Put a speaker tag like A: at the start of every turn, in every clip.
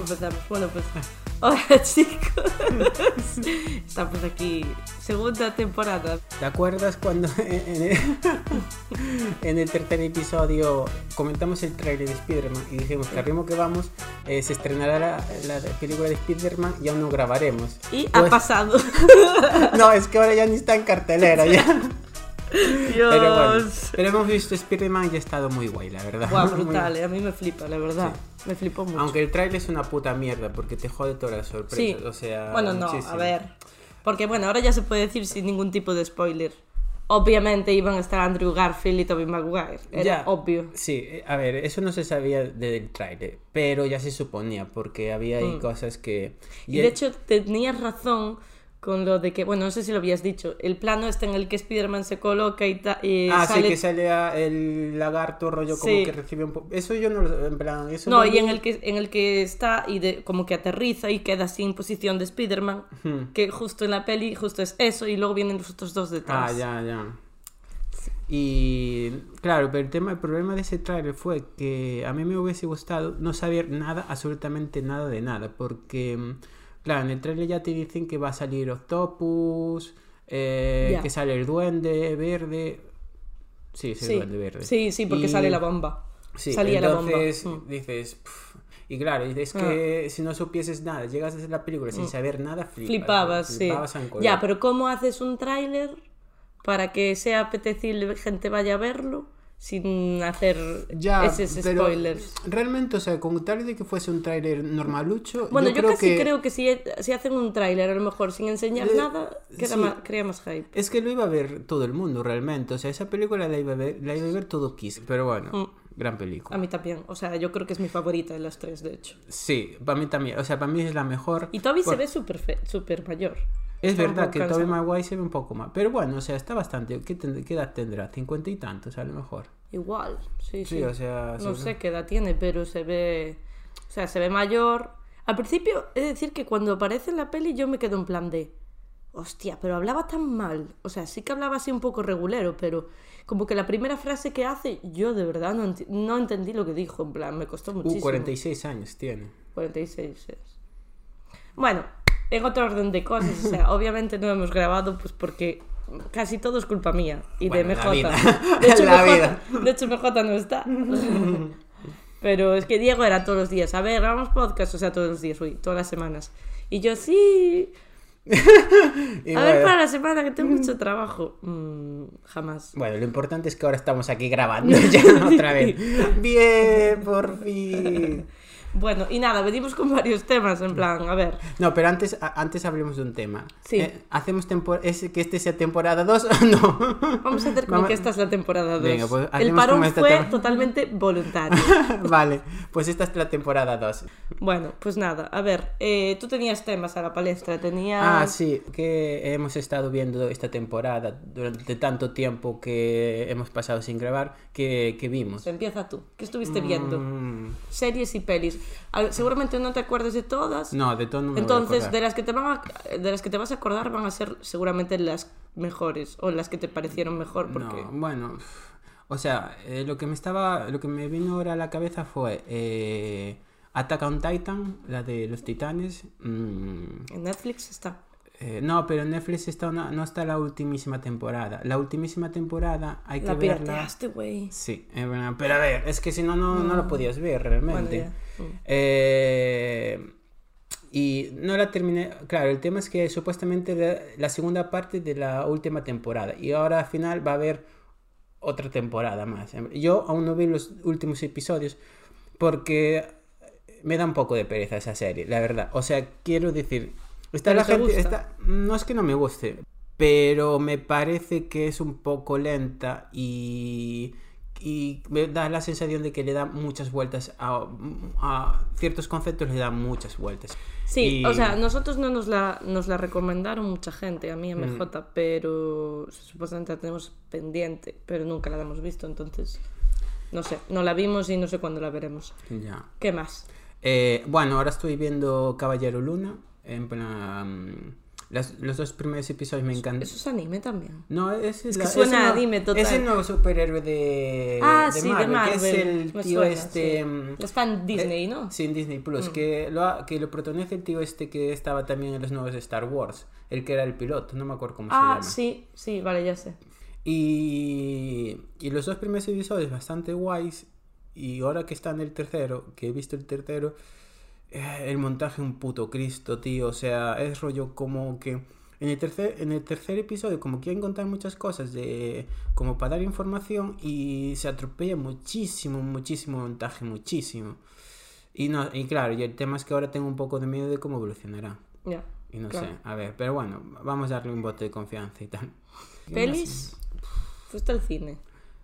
A: empezamos. Bueno, pues. Hola, chicos. Estamos aquí. Segunda temporada.
B: ¿Te acuerdas cuando en en el, en el tercer episodio comentamos el trailer de Spider-Man y dijimos que al ritmo que vamos eh, se estrenará la, la película de Spider-Man y aún no grabaremos?
A: Y ha
B: Pues-
A: pasado.
B: No, es que ahora ya ni está en cartelera ya.
A: Dios.
B: Pero bueno, pero hemos visto Spider-Man y ha estado muy guay, la verdad.
A: Guau,
B: Muy-
A: brutal. eh. A mí me flipa, la verdad. Me flipó mucho.
B: Aunque el trailer es una puta mierda porque te jode todas las
A: Sí.
B: sorpresas. O sea,
A: bueno, no,
B: muchísimo.
A: a ver. Porque bueno, ahora ya se puede decir sin ningún tipo de spoiler. Obviamente iban a estar Andrew Garfield y Tobey Maguire. Era
B: Ya.
A: obvio.
B: Sí, eh, a ver, eso no se sabía desde el tráiler, pero ya se suponía porque había ahí cosas que...
A: Mm. Y, de
B: el-
A: hecho tenías razón con lo de que, bueno, no sé si lo habías dicho, el plano está en el que Spider-Man se coloca y, ta- y
B: Ah, sí,
A: sale-
B: que sale a- el lagarto rollo como
A: Sí.
B: que recibe un poco... Eso yo no lo... En plan, eso
A: No,
B: lo
A: y
B: vi-
A: en el que, en el que está y de, como que aterriza y queda así en posición de Spider-Man, que justo en la peli justo es eso y luego vienen los otros dos detrás.
B: Ah, ya, ya. Y claro, pero el tema, el problema de ese tráiler fue que a mí me hubiese gustado no saber nada, absolutamente nada de nada, porque mm, claro, en el tráiler ya te dicen que va a salir Octopus, eh,
A: Ya.
B: que sale el duende verde. Sí, es el
A: Sí,
B: duende verde.
A: sí, sí, porque
B: Y-
A: sale la bomba.
B: Sí,
A: Salía
B: entonces
A: la bomba. Mm. Ah.
B: dices, "Pff". y claro, es que si no supieses nada, llegas a hacer la película sin saber nada, flipas,
A: Mm. Flipabas, sí.
B: flipabas a un color.
A: Ya, pero ¿cómo haces un tráiler para que sea apetecible, gente vaya a verlo sin hacer
B: Ya,
A: esos
B: pero
A: spoilers?
B: Realmente, o sea, con tal de que fuese un tráiler normalucho,
A: Bueno,
B: yo,
A: yo,
B: creo
A: casi
B: que...
A: creo que si, si hacen un tráiler, a lo mejor sin enseñar
B: Le-
A: nada, queda
B: sí.
A: más- crea más hype.
B: Es que lo iba a ver todo el mundo, realmente. O sea, esa película la iba a ver, la iba a ver todo Kiss. Pero bueno, gran película.
A: Mm. A mí también. O sea, yo creo que es mi favorita de las tres, de hecho.
B: Sí, para mí también. O sea, para mí es la mejor.
A: Y Toby
B: Por-
A: se ve súper fe- súper mayor.
B: Es
A: está un
B: verdad
A: poco
B: que
A: cansado.
B: Tobey Maguire se ve un poco más. Pero bueno, o sea, está bastante. ¿Qué, tend- qué edad tendrá? ¿Cincuenta y tantos a lo mejor?
A: Igual, sí, sí.
B: Sí, uh, o sea...
A: no
B: se-
A: sé qué edad tiene, pero se ve. O sea, se ve mayor. Al principio, es decir, que cuando aparece en la peli yo me quedo en plan de. Hostia, pero hablaba tan mal. O sea, sí que hablaba así un poco regulero, pero como que la primera frase que hace, yo de verdad no, enti- no entendí lo que dijo. En plan, me costó
B: Uh,
A: muchísimo.
B: 46 años tiene.
A: 46 es. Bueno, en otro orden de cosas, o sea, obviamente no hemos grabado pues porque casi todo es culpa mía y de
B: Bueno, la
A: MJ.
B: vida.
A: De hecho,
B: La
A: MJ,
B: vida.
A: de hecho, MJ no está. Pero es que Diego era todos los días, a ver, grabamos podcast, o sea, todos los días, uy, todas las semanas. Y yo, sí,
B: Y
A: a ver
B: bueno,
A: para la semana que tengo mucho trabajo. Mm, jamás.
B: Bueno, lo importante es que ahora estamos aquí grabando ya otra vez. Bien, por fin.
A: Bueno, y nada, venimos con varios temas, en plan, a ver.
B: No, pero antes, a- antes hablemos de un tema.
A: Sí.
B: Eh, ¿Hacemos tempor- es, que este sea temporada 2 o no?
A: Vamos a hacer como
B: Vamos-
A: que esta es la temporada 2.
B: Venga, pues,
A: el
B: hacemos
A: parón
B: como esta
A: fue
B: tem-
A: totalmente voluntario.
B: vale, pues esta es la temporada 2.
A: bueno, pues nada, a ver, eh, tú tenías temas a la palestra, tenías...
B: Ah, sí, que hemos estado viendo esta temporada durante tanto tiempo que hemos pasado sin grabar, que, que vimos.
A: Empieza tú, ¿qué estuviste viendo?
B: Mm,
A: Series y pelis. A- Seguramente no te acuerdes de todas.
B: no, de todo no me voy a
A: Entonces,
B: acordar.
A: de las, que te van a- de las que te vas a acordar van a ser seguramente las mejores o las que te parecieron mejor porque...
B: No, bueno, o sea, eh, lo que me estaba, lo que me vino ahora a la cabeza fue eh, Attack on Titan, la de los titanes. mm,
A: En Netflix está.
B: eh, no, pero en Netflix está una- no está la ultimísima temporada. La ultimísima temporada hay
A: La
B: que verla.
A: pirateaste, güey.
B: Sí, es verdad. Pero a ver, es que si no, no, no lo podías ver realmente.
A: Mm. Bueno, ya. Mm.
B: Eh, y no la terminé. Claro, el tema es que supuestamente la, la segunda parte de la última temporada. Y ahora al final va a haber otra temporada más. Yo aún no vi los últimos episodios porque me da un poco de pereza esa serie, la verdad. O sea, quiero decir, está
A: ¿Pero
B: la
A: te
B: gente,
A: gusta?
B: está- no es que no me guste, pero me parece que es un poco lenta y y me da la sensación de que le da muchas vueltas a, a ciertos conceptos, le da muchas vueltas.
A: Sí,
B: Y-
A: o sea, nosotros no nos la, nos la recomendaron mucha gente, a mí MJ, pero supuestamente la tenemos pendiente, pero nunca la hemos visto, entonces no sé, no la vimos y no sé cuándo la veremos.
B: Ya.
A: ¿Qué más?
B: Eh, bueno, ahora estoy viendo Caballero Luna. En plan. Las- los dos primeros episodios me encantan.
A: Eso es anime también.
B: No, ese es,
A: que
B: la-
A: suena
B: ese
A: a anime total.
B: Es el nuevo superhéroe de,
A: Ah,
B: Eh, de
A: sí,
B: Marvel,
A: de Marvel.
B: que es el
A: Me
B: tío
A: suena,
B: este...
A: sí.
B: mm,
A: Está en Disney, ¿no? Mm.
B: Sí, en Disney Plus, que, lo, ha- que lo protagoniza el tío este que estaba también en los nuevos Star Wars, el que era el piloto, no me acuerdo cómo se
A: ah,
B: llama.
A: sí, sí, vale, ya sé.
B: Y, y los dos primeros episodios bastante guays, y ahora que está en el tercero, que he visto el tercero, eh, el montaje un puto Cristo, tío, o sea, es rollo como que... En el, tercer, en el tercer episodio, como quieren contar muchas cosas, de, como para dar información, y se atropella muchísimo, muchísimo montaje, muchísimo. Y, no, y claro, y el tema es que ahora tengo un poco de miedo de cómo evolucionará.
A: Ya.
B: Y no
A: claro.
B: sé, a ver, pero bueno, vamos a darle un voto de confianza y tal.
A: ¿Pelis? Fuiste al cine.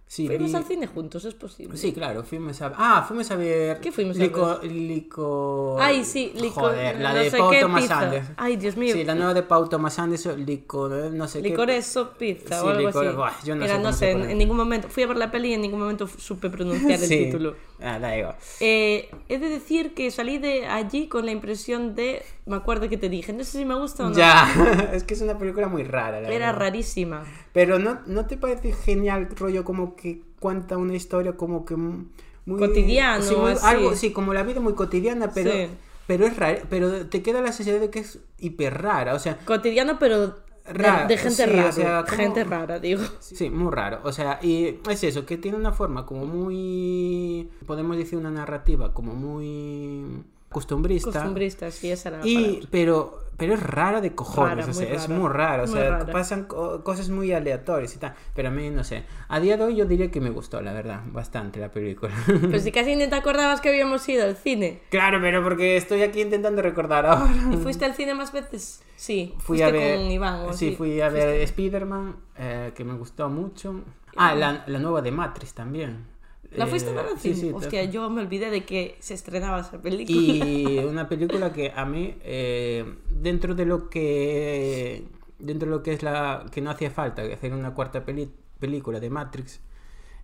B: Sí,
A: Fuimos
B: vi-
A: al cine juntos, es posible.
B: Sí, claro, fuimos a... Ah, fuimos a ver...
A: ¿Qué fuimos a
B: Lico, Lico...
A: Ay, sí, lico-
B: Joder, la
A: no
B: de
A: sé
B: Pau
A: qué
B: Tomás
A: pizza.
B: Andes.
A: Ay, Dios mío.
B: Sí, la nueva de Pau Tomás Andes, o Lico... No sé qué...
A: Licores so pizza
B: Sí,
A: o algo
B: licores,
A: así.
B: buah, yo no
A: Era,
B: sé cómo se
A: en-
B: pronuncia.
A: en ningún momento. Fui a ver la peli y en ningún momento supe pronunciar el
B: Sí.
A: título.
B: Ah, da igual.
A: Eh, he de decir que salí de allí con la impresión de. Me acuerdo que te dije, no sé si me gusta o no.
B: Ya, es que es una película muy rara. la
A: Era
B: verdad.
A: rarísima.
B: Pero ¿no, ¿no te parece genial rollo como que cuenta una historia como que m- muy...
A: Cotidiano,
B: sí, muy-
A: así.
B: Algo, sí, como la vida muy cotidiana, pero...
A: Sí.
B: Pero es raro, pero te queda la sensación de que es hiper rara, o sea,
A: Cotidiano, pero de-
B: Rara,
A: de gente
B: sí, o
A: rara.
B: sea, ¿cómo?
A: Gente rara, digo.
B: Sí, muy raro. O sea, y es eso, que tiene una forma como muy. Podemos decir una narrativa como muy. costumbrista.
A: Costumbristas, sí, esa era la palabra.
B: Y, pero, pero es rara de cojones,
A: Rara,
B: o sea,
A: muy
B: es
A: rara.
B: muy raro, o
A: Muy
B: sea,
A: rara.
B: pasan co- cosas muy aleatorias y tal, pero a mí no sé, a día de hoy yo diría que me gustó, la verdad, bastante la película.
A: Pero si casi ni te acordabas que habíamos ido al cine.
B: claro, pero porque estoy aquí intentando recordar ahora.
A: ¿Y fuiste al cine más veces? Sí.
B: Mm. Fui
A: fuiste
B: a ver,
A: con Iván o
B: sí,
A: así.
B: fui a ver Spider-Man, eh, que me gustó mucho. Ah, la, la nueva de Matrix también.
A: ¿La fuiste a ver
B: Eh,
A: al
B: sí,
A: cine?
B: sí,
A: Hostia, yo me olvidé de que se estrenaba esa película.
B: Y una película que a mí, eh, dentro de lo que. Dentro de lo que es la. que no hacía falta hacer una cuarta peli- película de Matrix.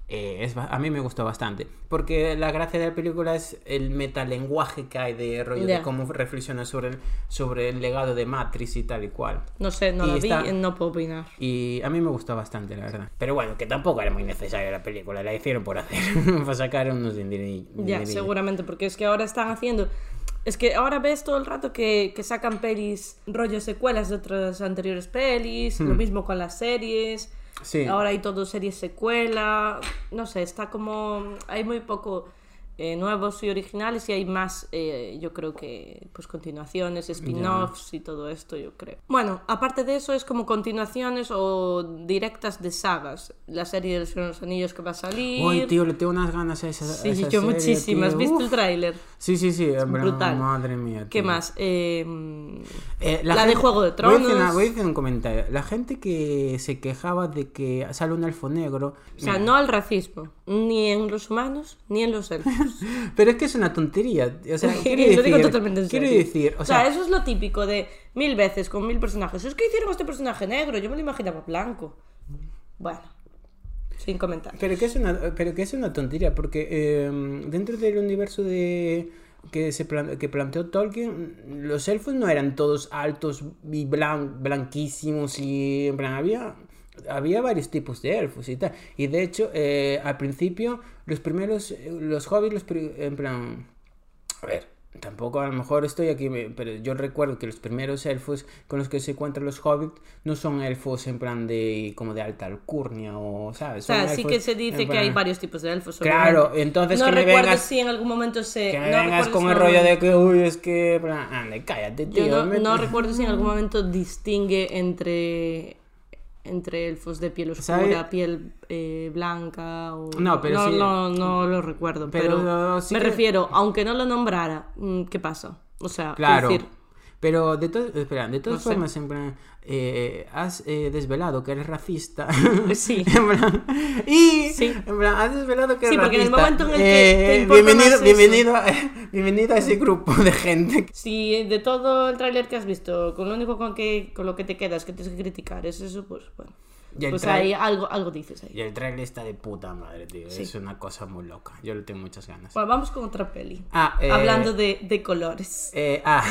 B: eh, es, ba- a mí me gustó bastante. Porque la gracia de la película es el metalenguaje que hay de rollo
A: Ya.
B: de cómo reflexiona sobre el, sobre el legado de Matrix y tal y cual.
A: No sé, no
B: y
A: la
B: está-
A: vi, eh, no puedo opinar.
B: Y a mí me gustó bastante, la verdad. Pero bueno, que tampoco era muy necesaria la película, la hicieron por hacer. para sacar unos dineri-
A: Ya,
B: dinerillos.
A: seguramente, porque es que ahora están haciendo... Es que ahora ves todo el rato que, que sacan pelis, rollo secuelas de otras anteriores pelis,
B: Hmm.
A: lo mismo con las series.
B: Sí.
A: Ahora hay todo series secuela, no sé, está como... Hay muy poco eh, nuevos y originales y hay más, eh, yo creo que, pues continuaciones, spin-offs y todo esto, yo creo. Bueno, aparte de eso es como continuaciones o directas de sagas. La serie de los Señor de los Anillos que va a salir.
B: Uy, tío, le tengo unas ganas a esa. a
A: Sí,
B: esa
A: yo
B: serie,
A: muchísimas.
B: tío.
A: ¿Viste
B: Uf.
A: el tráiler?
B: Sí, sí, sí. en plan,
A: brutal.
B: Madre mía.
A: ¿Qué
B: tío.
A: más? Eh,
B: Eh,
A: La de Juego de
B: Voy a decir una-
A: Tronos.
B: Voy a, decir un comentario. La gente que se quejaba de que sale un elfo negro.
A: o sea, no al racismo, ni en los humanos, ni en los elfos.
B: Pero es que es una tontería. O sea, quiero
A: lo digo
B: decir-
A: totalmente en
B: Quiero
A: serio.
B: decir,
A: o sea, eso es lo típico de mil veces con mil personajes. Es que hicieron a este personaje negro, yo me lo imaginaba blanco. Bueno, sin comentar.
B: Pero que es una, pero que es una tontería, porque eh, dentro del universo de que se plan- que planteó Tolkien, los elfos no eran todos altos y blan- blanquísimos y en plan había había varios tipos de elfos y tal. Y de hecho, eh, al principio los primeros eh, los hobbits los pri- en plan a ver, tampoco a lo mejor estoy aquí, me- pero yo recuerdo que los primeros elfos con los que se encuentran los hobbits no son elfos en plan de como de alta alcurnia o, ¿sabes?
A: O sea, sí que se dice que hay
B: varios
A: varios tipos de elfos.
B: Claro,
A: obviamente.
B: entonces
A: no
B: que me
A: recuerdo
B: vengas-
A: si en algún momento se.
B: Que me
A: no
B: vengas
A: recuerdo
B: con
A: si
B: el
A: en
B: rollo
A: algún-
B: de que, uy, es que... en plan, Ande, cállate, tío.
A: Yo no,
B: me-
A: no recuerdo si en algún momento distingue entre entre elfos de piel oscura,
B: ¿Sabe?
A: piel eh, blanca o...
B: No, pero
A: no,
B: sí- eh,
A: no, no lo recuerdo,
B: Pero
A: pero,
B: sí
A: me
B: que-
A: refiero, aunque no lo nombrara, mm, ¿qué pasa? O sea, quiero
B: Claro.
A: decir,
B: Pero de, to- espera, de todas
A: No sé.
B: formas, en plan, eh, has eh, desvelado que eres racista.
A: Sí.
B: En plan, y,
A: Sí.
B: en plan, has desvelado que eres
A: Sí, porque en el
B: racista.
A: momento
B: Eh,
A: en el que te importa
B: bienvenido,
A: más eso.
B: bienvenido, a, bienvenido a ese grupo de gente.
A: si de todo el tráiler que has visto, con lo único con, que, con lo que te quedas que tienes que criticar es eso, pues bueno.
B: Y el
A: Pues
B: tra-
A: ahí algo, algo dices ahí.
B: Y el trailer está de puta madre, tío.
A: Sí. Pues
B: Es una cosa muy loca. Yo le tengo muchas ganas.
A: Bueno, vamos con otra peli.
B: Ah, eh,
A: Hablando de, de colores.
B: Eh, ah,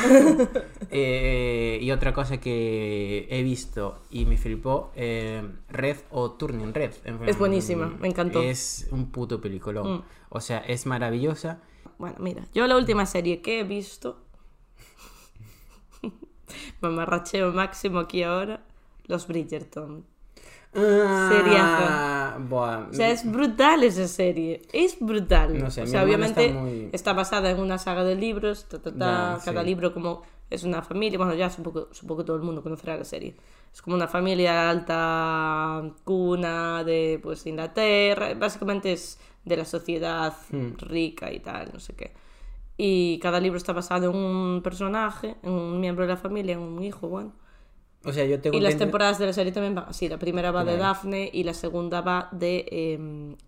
B: eh, y otra cosa que he visto y me flipó, eh, Red o Turning Red. En plan, mm,
A: Es buenísima, me encantó. Mm.
B: Es un puto peliculón. O sea, es maravillosa.
A: Bueno, mira, yo la última serie que he visto. Mamarracheo máximo aquí ahora. Los Bridgerton.
B: Ah, buah,
A: O sea, es brutal esa serie. Es brutal.
B: No sé,
A: o
B: mi
A: sea,
B: hermana está
A: obviamente
B: muy-
A: está basada en una saga de libros. ta, ta, ta,
B: Ya,
A: cada
B: sí.
A: libro como es una familia. Bueno, ya supongo, supongo que todo el mundo conocerá la serie. Es como una familia alta, cuna de pues Inglaterra. Básicamente es de la sociedad
B: Hmm.
A: rica y tal, no sé qué. Y cada libro está basado en un personaje, en un miembro de la familia, en un hijo, bueno.
B: o sea, yo tengo
A: Y las
B: entendido-
A: temporadas de la serie también van así. La primera va de
B: Claro.
A: Daphne y la segunda va de eh,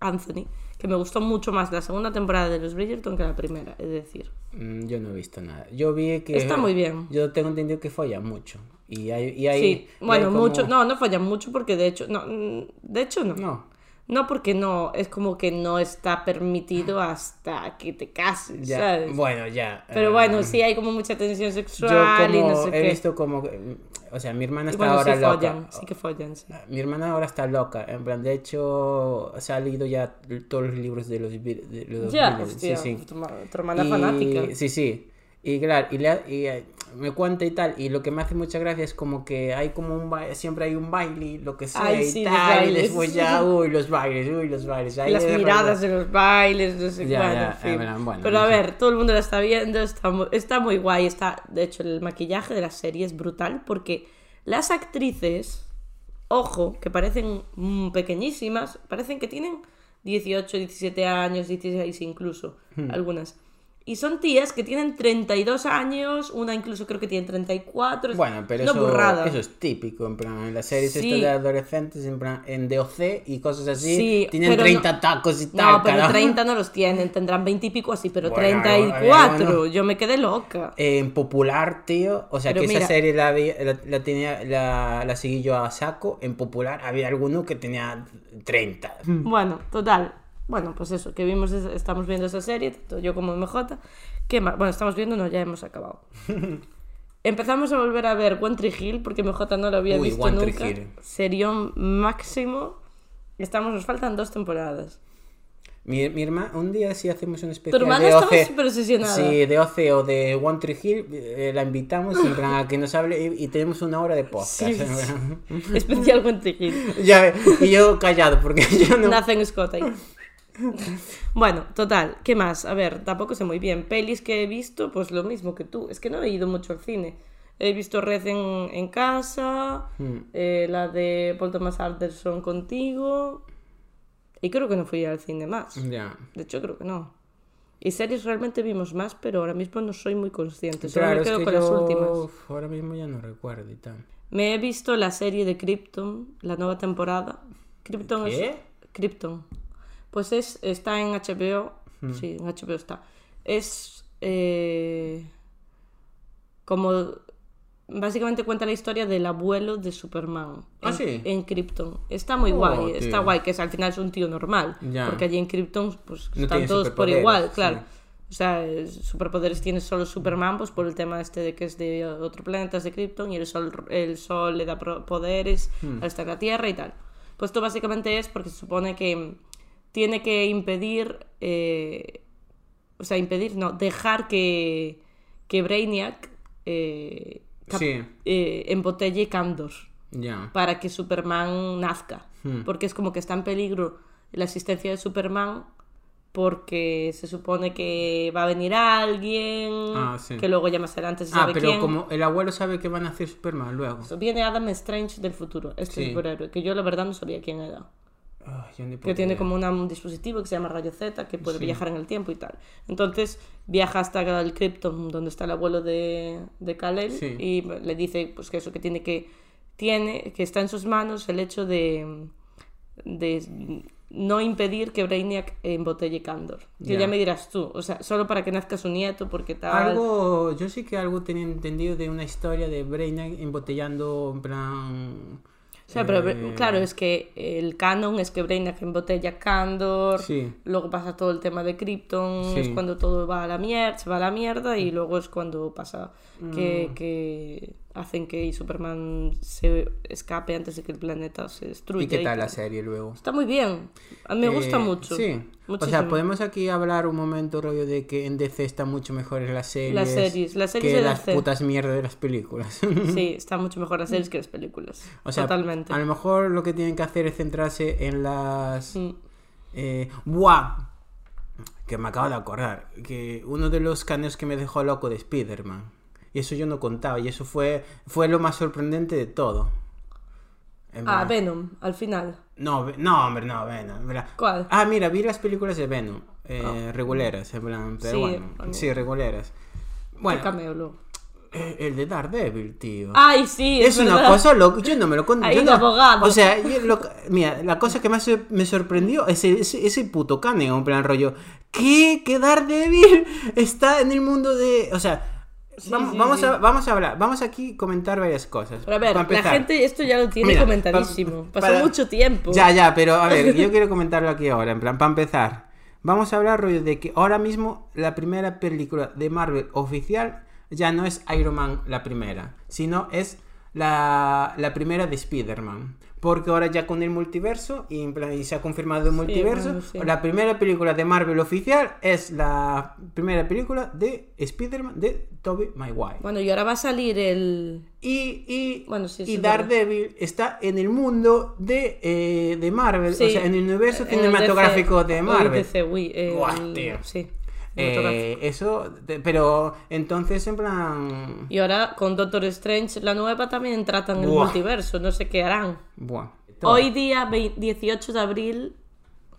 A: Anthony. Que me gustó mucho más la segunda temporada de los Bridgerton que la primera, es decir.
B: Mm, Yo no he visto nada. Yo vi que.
A: Está muy bien.
B: Yo tengo entendido que folla mucho. Y hay. Y hay
A: sí,
B: y hay
A: bueno,
B: como-
A: mucho. No, no fallan mucho porque de hecho. No, mm, de hecho no. no.
B: No.
A: porque no, es como que no está permitido hasta que te cases,
B: Ya.
A: ¿sabes?
B: Bueno, ya.
A: Pero
B: eh,
A: bueno, sí hay como mucha tensión sexual
B: Yo
A: y
B: como
A: no sé
B: he
A: qué.
B: visto como, que- o sea, mi hermana
A: Y
B: está
A: bueno, sí
B: ahora loca.
A: follan, sí que follan, sí.
B: Mi hermana ahora está loca, en plan, de hecho, se ha leído ya todos los libros de los, Beat- de los
A: Ya,
B: Beatles,
A: hostia,
B: sí, sí.
A: Tu, ma- tu hermana
B: Y-
A: fanática.
B: Sí, sí. Y claro, y, le ha- y, eh, me cuenta y tal, y lo que me hace mucha gracia es como que hay como un baile, siempre hay un baile, lo que sea
A: Ay,
B: y
A: sí, los
B: tal, y
A: bailes.
B: después ya, uy, los bailes, uy, los bailes. ahí
A: las
B: de repente-
A: miradas en los bailes, no sé
B: Ya,
A: bueno,
B: ya,
A: en fin.
B: en plan, bueno,
A: Pero a
B: no sé.
A: ver, todo el mundo la está viendo, está muy, está muy guay. Está, de hecho, el maquillaje de la serie es brutal porque las actrices, ojo, que parecen mm, pequeñísimas, parecen que tienen 18, 17 años, 16 incluso,
B: Hmm.
A: algunas. Y son tías que tienen 32 años, una incluso creo que tiene 34. es
B: Bueno, pero
A: una
B: eso,
A: burrada.
B: eso es típico, en plan, en las series
A: Sí.
B: estas de adolescentes, en plan, en DOC y cosas así,
A: Sí,
B: tienen
A: pero
B: 30
A: no-
B: tacos y tal,
A: No, pero
B: cada-
A: 30 no los tienen, tendrán 20 y pico así, pero
B: Bueno,
A: 34,
B: bueno.
A: yo me quedé loca.
B: En popular, tío, o sea,
A: Pero
B: que
A: mira-
B: esa serie la, vi- la, la tenía, la, la seguí yo a saco, en popular había alguno que tenía 30.
A: Bueno, total. Bueno, pues eso, que vimos, es- estamos viendo esa serie, tanto yo como MJ. ¿Qué más? Bueno, estamos viendo, no, ya hemos acabado. Empezamos a volver a ver One Tree Hill porque MJ no lo había
B: Uy,
A: visto
B: One Tree
A: nunca.
B: Hill.
A: Sería un máximo. Estamos, nos faltan dos temporadas.
B: Mi, mi hermana, un día sí hacemos un especial
A: Tu hermana
B: de
A: estaba
B: OC.
A: súper obsesionada.
B: Sí, de OC o de One Tree Hill, eh, la invitamos en plan, a que nos hable y, y tenemos una hora de podcast.
A: Sí,
B: en
A: sí.
B: plan.
A: Especial One Tree Hill.
B: Ya ve, y yo callado, porque yo no...
A: Nathan Scott ahí. Bueno, total, ¿qué más? A ver, tampoco sé muy bien. Pelis que he visto, pues lo mismo que tú. Es que no he ido mucho al cine. He visto Red en, en casa,
B: Hmm.
A: eh, la de Paul Thomas Anderson contigo. Y creo que no fui al cine más.
B: Ya.
A: De hecho, creo que no. Y series realmente vimos más, pero ahora mismo no soy muy consciente. Solo
B: Claro,
A: me
B: es
A: quedo
B: que
A: con
B: yo
A: las últimas.
B: uf, ahora mismo ya no recuerdo y tal.
A: Me he visto la serie de Krypton, la nueva temporada. Krypton
B: ¿Qué?
A: es. Krypton. Pues es, está en HBO. Sí, en HBO está. Es. eh, como. Básicamente cuenta la historia del abuelo de Superman.
B: Ah,
A: en,
B: sí.
A: En Krypton. Está muy
B: Oh,
A: guay, está
B: tío.
A: guay, que es, al final es un tío normal.
B: Ya.
A: Porque allí en Krypton pues,
B: No
A: están
B: tiene
A: todos por
B: superpoderes,
A: igual,
B: sí.
A: claro. O sea, es- superpoderes tiene solo Superman, pues por el tema este de que es de otro planeta, es de Krypton, y el sol, el sol le da pro- poderes
B: Hmm.
A: hasta la Tierra y tal. Pues esto básicamente es porque se supone que tiene que impedir, eh, o sea, impedir, no, dejar que, que Brainiac eh, cap-
B: Sí.
A: eh, embotelle Kandor
B: Ya.
A: para que Superman nazca.
B: Hmm.
A: Porque es como que está en peligro la existencia de Superman porque se supone que va a venir alguien,
B: Ah, sí.
A: que luego ya más adelante se
B: Ah,
A: sabe
B: pero
A: quién.
B: como el abuelo sabe que van a hacer Superman luego.
A: Viene Adam Strange del futuro, este
B: Sí.
A: superhéroe, que yo la verdad no sabía quién era.
B: Ay, yo ni
A: Que
B: puta
A: tiene
B: idea.
A: como una- un dispositivo que se llama rayo Z, que puede viajar en el tiempo y tal. Entonces viaja hasta el Krypton, donde está el abuelo de, de Kal-El,
B: Sí.
A: y le dice pues, que eso que tiene que. Tiene, que está en sus manos el hecho de. de no impedir que Brainiac embotelle Kandor. Que
B: Ya.
A: ya me dirás tú, o sea, solo para que nazca su nieto, porque tal.
B: Algo, yo sí que algo tenía entendido de una historia de Brainiac embotellando en plan eh,
A: O sea, pero
B: Mm.
A: pero, claro, es que el canon es que Brainiac embotella Candor,
B: Sí.
A: luego pasa todo el tema de Krypton,
B: Sí. Mm.
A: es cuando todo va a la mierda, se va a la mierda y luego es cuando pasa que, que hacen que Superman se escape antes de que el planeta se destruya.
B: ¿Y qué tal la
A: tal.
B: serie luego?
A: Está muy bien, A mí me gusta
B: Eh,
A: mucho.
B: Sí. O
A: Muchísimo.
B: sea, podemos aquí hablar un momento rollo de que en DC están mucho mejores las series,
A: Las series, las series
B: que
A: de
B: las
A: DC.
B: putas mierdas de las películas.
A: Sí, está mucho mejor las series que las películas.
B: o sea,
A: Totalmente.
B: a lo mejor lo que tienen que hacer es centrarse en las...
A: Mm.
B: Eh, ¡Buah! Que me acabo de acordar. Que uno de los caneos que me dejó loco de Spider-Man. Y eso yo no contaba. Y eso fue, fue lo más sorprendente de todo. En
A: Ah,
B: plan,
A: Venom, al final.
B: No, ve- no, hombre, no, Venom. en plan-
A: ¿Cuál? Ah.
B: Ah, mira, vi las películas de Venom. eh, Reguleras, en plan. Pero
A: Sí,
B: bueno.
A: bueno.
B: Sí, reguleras.
A: Qué
B: Bueno,
A: cameo luego.
B: eh, el de Daredevil, tío.
A: Ay, sí,
B: Es,
A: es,
B: una
A: verdad.
B: cosa loca, yo no me lo conté.
A: Ahí de abogado.
B: O sea, yo lo- mira, la cosa que más se- me sorprendió es el- ese, ese puto caneo, en plan rollo. ¿Qué? ¿Que Daredevil está en el mundo de...? O sea,
A: Sí,
B: vamos,
A: sí,
B: vamos
A: sí.
B: A, vamos a hablar, vamos aquí a comentar varias cosas.
A: Pero a ver, la
B: Para empezar.
A: gente esto ya lo tiene
B: Mira,
A: comentadísimo.
B: pa-
A: Pasó
B: para-
A: mucho tiempo.
B: Ya, ya, pero a ver, yo quiero comentarlo aquí ahora, en plan, para empezar. Vamos a hablar, rollo, de que ahora mismo la primera película de Marvel oficial ya no es Iron Man la primera, sino es la, la primera de Spider-Man. Porque ahora ya con el multiverso, y, en plan, y se ha confirmado el multiverso,
A: bueno, sí.
B: la primera película de Marvel oficial es la primera película de Spider-Man de Tobey Maguire.
A: Bueno, y ahora va a salir el.
B: Y, y,
A: Bueno, sí, eso
B: y
A: es verdad.
B: Daredevil está en el mundo de, eh, de Marvel, o
A: Sí,
B: sea, en el universo
A: en el
B: cinematográfico
A: DC,
B: de
A: uy,
B: Marvel.
A: DC, uy, el-
B: Guau, tío.
A: Sí. cinematográfico.
B: Eh, eso, te- pero entonces en plan...
A: Y ahora con Doctor Strange, la nueva, también tratan el
B: Buah.
A: multiverso. No sé qué harán.
B: Buah.
A: Hoy día, vei- 18 de abril,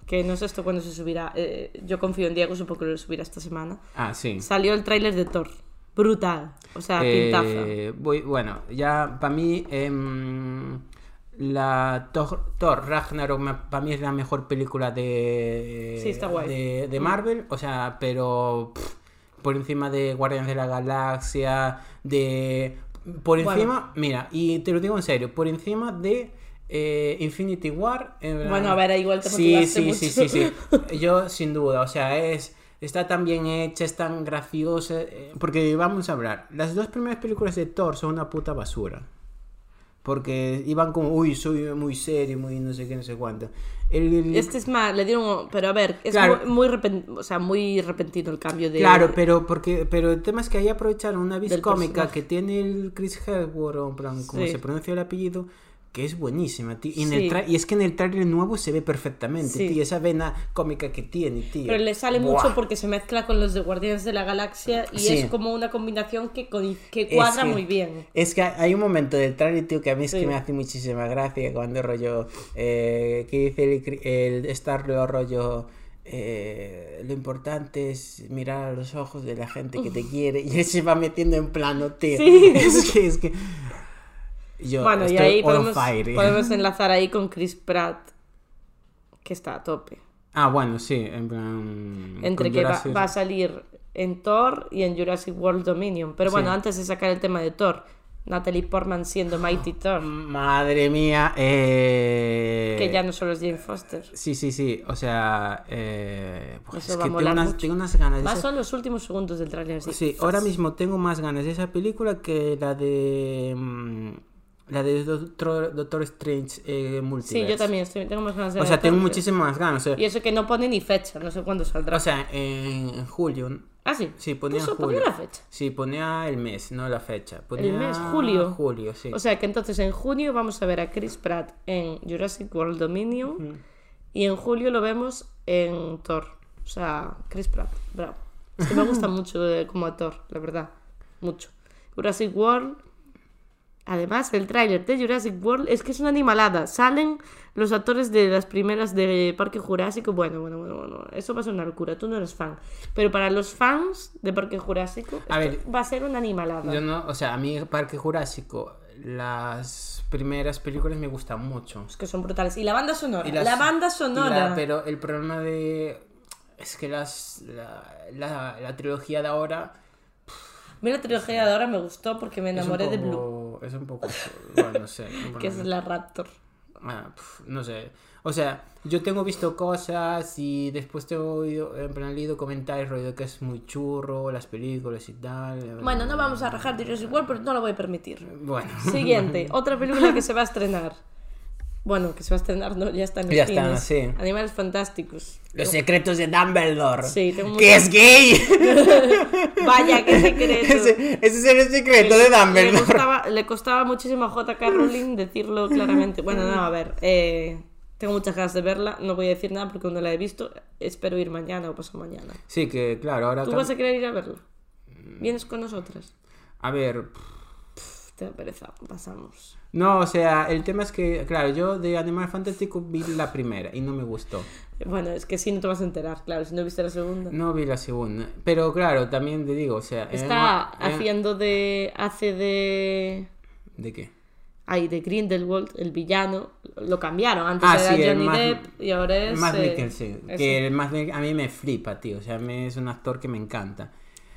A: que no sé esto cuándo se subirá. eh, yo confío en Diego, supongo que lo subirá esta semana.
B: Ah, sí.
A: Salió el tráiler de Thor. Brutal. O sea, pintaza.
B: Eh, voy- bueno, ya para mí em, la Thor, Thor Ragnarok para mí es la mejor película de
A: Sí, está guay. Mm.
B: de, de Marvel, o sea, pero pff, por encima de Guardianes de la Galaxia, de por
A: Bueno.
B: encima, mira, y te lo digo en serio, por encima de eh, Infinity War. em, en plan-
A: Bueno, a ver, igual te
B: sí,
A: motivaste
B: sí, sí, sí,
A: mucho.
B: sí. Yo sin duda, o sea, es está tan bien hecha, es tan graciosa, eh, porque vamos a hablar, las dos primeras películas de Thor son una puta basura. Porque iban como, uy, soy muy serio, muy no sé qué, no sé cuánto. El- el-
A: Este es más, le dieron. Pero a ver, es
B: Claro.
A: muy, muy repen- o sea, muy repentino el cambio de.
B: Claro, pero porque pero el tema es que ahí aprovecharon una vis
A: Del
B: cómica
A: personaje.
B: que tiene el Chris Hemsworth, o en plan, como
A: Sí.
B: se pronuncia el apellido, que es buenísima, tío. Y, en el
A: Sí.
B: tra- y es que en el trailer nuevo se ve perfectamente,
A: Sí.
B: tío, esa vena cómica que tiene, tío.
A: Pero le sale
B: Buah.
A: mucho porque se mezcla con los de Guardianes de la Galaxia y
B: Sí.
A: es como una combinación que, co- que
B: Es
A: cuadra
B: que-
A: muy bien.
B: Es que hay un momento del trailer, tío, que a mí es
A: Sí.
B: que me hace muchísima gracia cuando rollo. eh, que dice el, cri- el Star-Lord rollo. eh, lo importante es mirar a los ojos de la gente que te quiere. Y él se va metiendo en plano, tío.
A: Sí.
B: Es que, es que. Yo
A: bueno, y
B: estoy
A: ahí
B: on
A: podemos,
B: fire.
A: podemos enlazar ahí con Chris Pratt, que está a tope.
B: Ah, bueno, sí, en plan.
A: Entre
B: con
A: que va,
B: Jurassic-
A: va a salir en Thor y en Jurassic World Dominion. Pero bueno,
B: Sí.
A: antes de sacar el tema de Thor, Natalie Portman siendo Mighty Thor,
B: Madre mía, Ah, eh.
A: que ya no solo es Jane Foster.
B: Sí, sí, sí, o sea, eh, pues
A: Eso
B: es
A: va
B: que
A: a
B: tengo
A: molar
B: unas,
A: mucho.
B: tengo unas ganas de
A: Más
B: esa-
A: son los últimos segundos del tráiler. así.
B: Sí, ahora mismo tengo más ganas de esa película que la de mm, la de Doctor, Doctor Strange eh,
A: Sí,
B: Multiverse.
A: yo también estoy- tengo más ganas de
B: O sea,
A: ver
B: tengo
A: Thor.
B: muchísimas ganas. O
A: Y
B: sea,
A: eso que no pone ni fecha, no sé cuándo saldrá.
B: o sea, en, en julio.
A: ah, sí.
B: Sí, ponía
A: Puso-
B: julio.
A: la fecha.
B: Sí, ponía el mes, no la fecha. Ponía
A: mes, julio.
B: Julio, sí.
A: O sea que entonces en junio vamos a ver a Chris Pratt en Jurassic World Dominion y en julio lo vemos en Thor. O sea, Chris Pratt, bravo. Es que me gusta mucho eh, como actor, la verdad. Mucho. Jurassic World. Además, el tráiler de Jurassic World es que es una animalada. Salen los actores de las primeras de Parque Jurásico. Bueno, bueno, bueno, bueno. Eso va a ser una locura. Tú no eres fan. Pero para los fans de Parque Jurásico,
B: A
A: esto
B: ver,
A: va a ser una animalada.
B: Ah, Yo no, o sea, a mí Parque Jurásico, las primeras películas me gustan mucho.
A: Es pues, que son brutales. Y la banda sonora.
B: Y las-
A: la banda
B: y
A: sonora.
B: la- pero el problema de. Es que las, la, la- la trilogía de ahora.
A: A mí la trilogía de ahora me gustó porque me
B: es un
A: enamoré de
B: poco-
A: Blue.
B: poco, es un poco absurdo. Bueno, no sé. bueno,
A: que es la Raptor.
B: ah, pf, no sé. O sea, yo tengo visto cosas y después te he oído, en plan, leído comentarios rollo que es muy churro, las películas y tal.
A: Bueno, no vamos a rajar de Jurassic World, pero no lo voy a permitir.
B: Bueno.
A: Siguiente, otra película que se va a estrenar. Bueno, que se va a estrenar, no, ya está en los
B: Ya está,
A: cines.
B: sí.
A: Animales Fantásticos.
B: Los secretos de Dumbledore.
A: Sí, tengo mucho-
B: que es gay.
A: Vaya, qué secreto.
B: ese, ese es el secreto de
A: Le
B: Dumbledore.
A: costaba, le costaba muchísimo a J.K. Rowling decirlo claramente. Bueno, no, a ver. eh, tengo muchas ganas de verla. No voy a decir nada porque aún no la he visto. Espero ir mañana o pasado mañana.
B: Sí, que claro, ahora.
A: ¿Tú
B: cam-
A: vas a querer ir a verla?
B: Mm.
A: ¿Vienes con nosotras?
B: A ver,
A: Pff, Te da pereza. Pasamos.
B: no, o sea, el tema es que, claro, yo de Animal Fantástico vi la primera y no me gustó.
A: Bueno, es que si no te vas a enterar, claro, si no viste la segunda.
B: No eh, vi la segunda. Pero claro, también te digo, o sea. eh, en
A: Está
B: Anima- en-
A: haciendo de. Hace de.
B: ¿De qué?
A: Ay, de Grindelwald, el villano. Lo cambiaron. Antes
B: Ah,
A: era
B: sí, el
A: Johnny
B: Matt-
A: Depp y ahora es.
B: Matt
A: eh,
B: Mikkelsen,
A: ese.
B: que el Matt Mik- a mí me flipa, tío. O sea, me- es un actor que me encanta.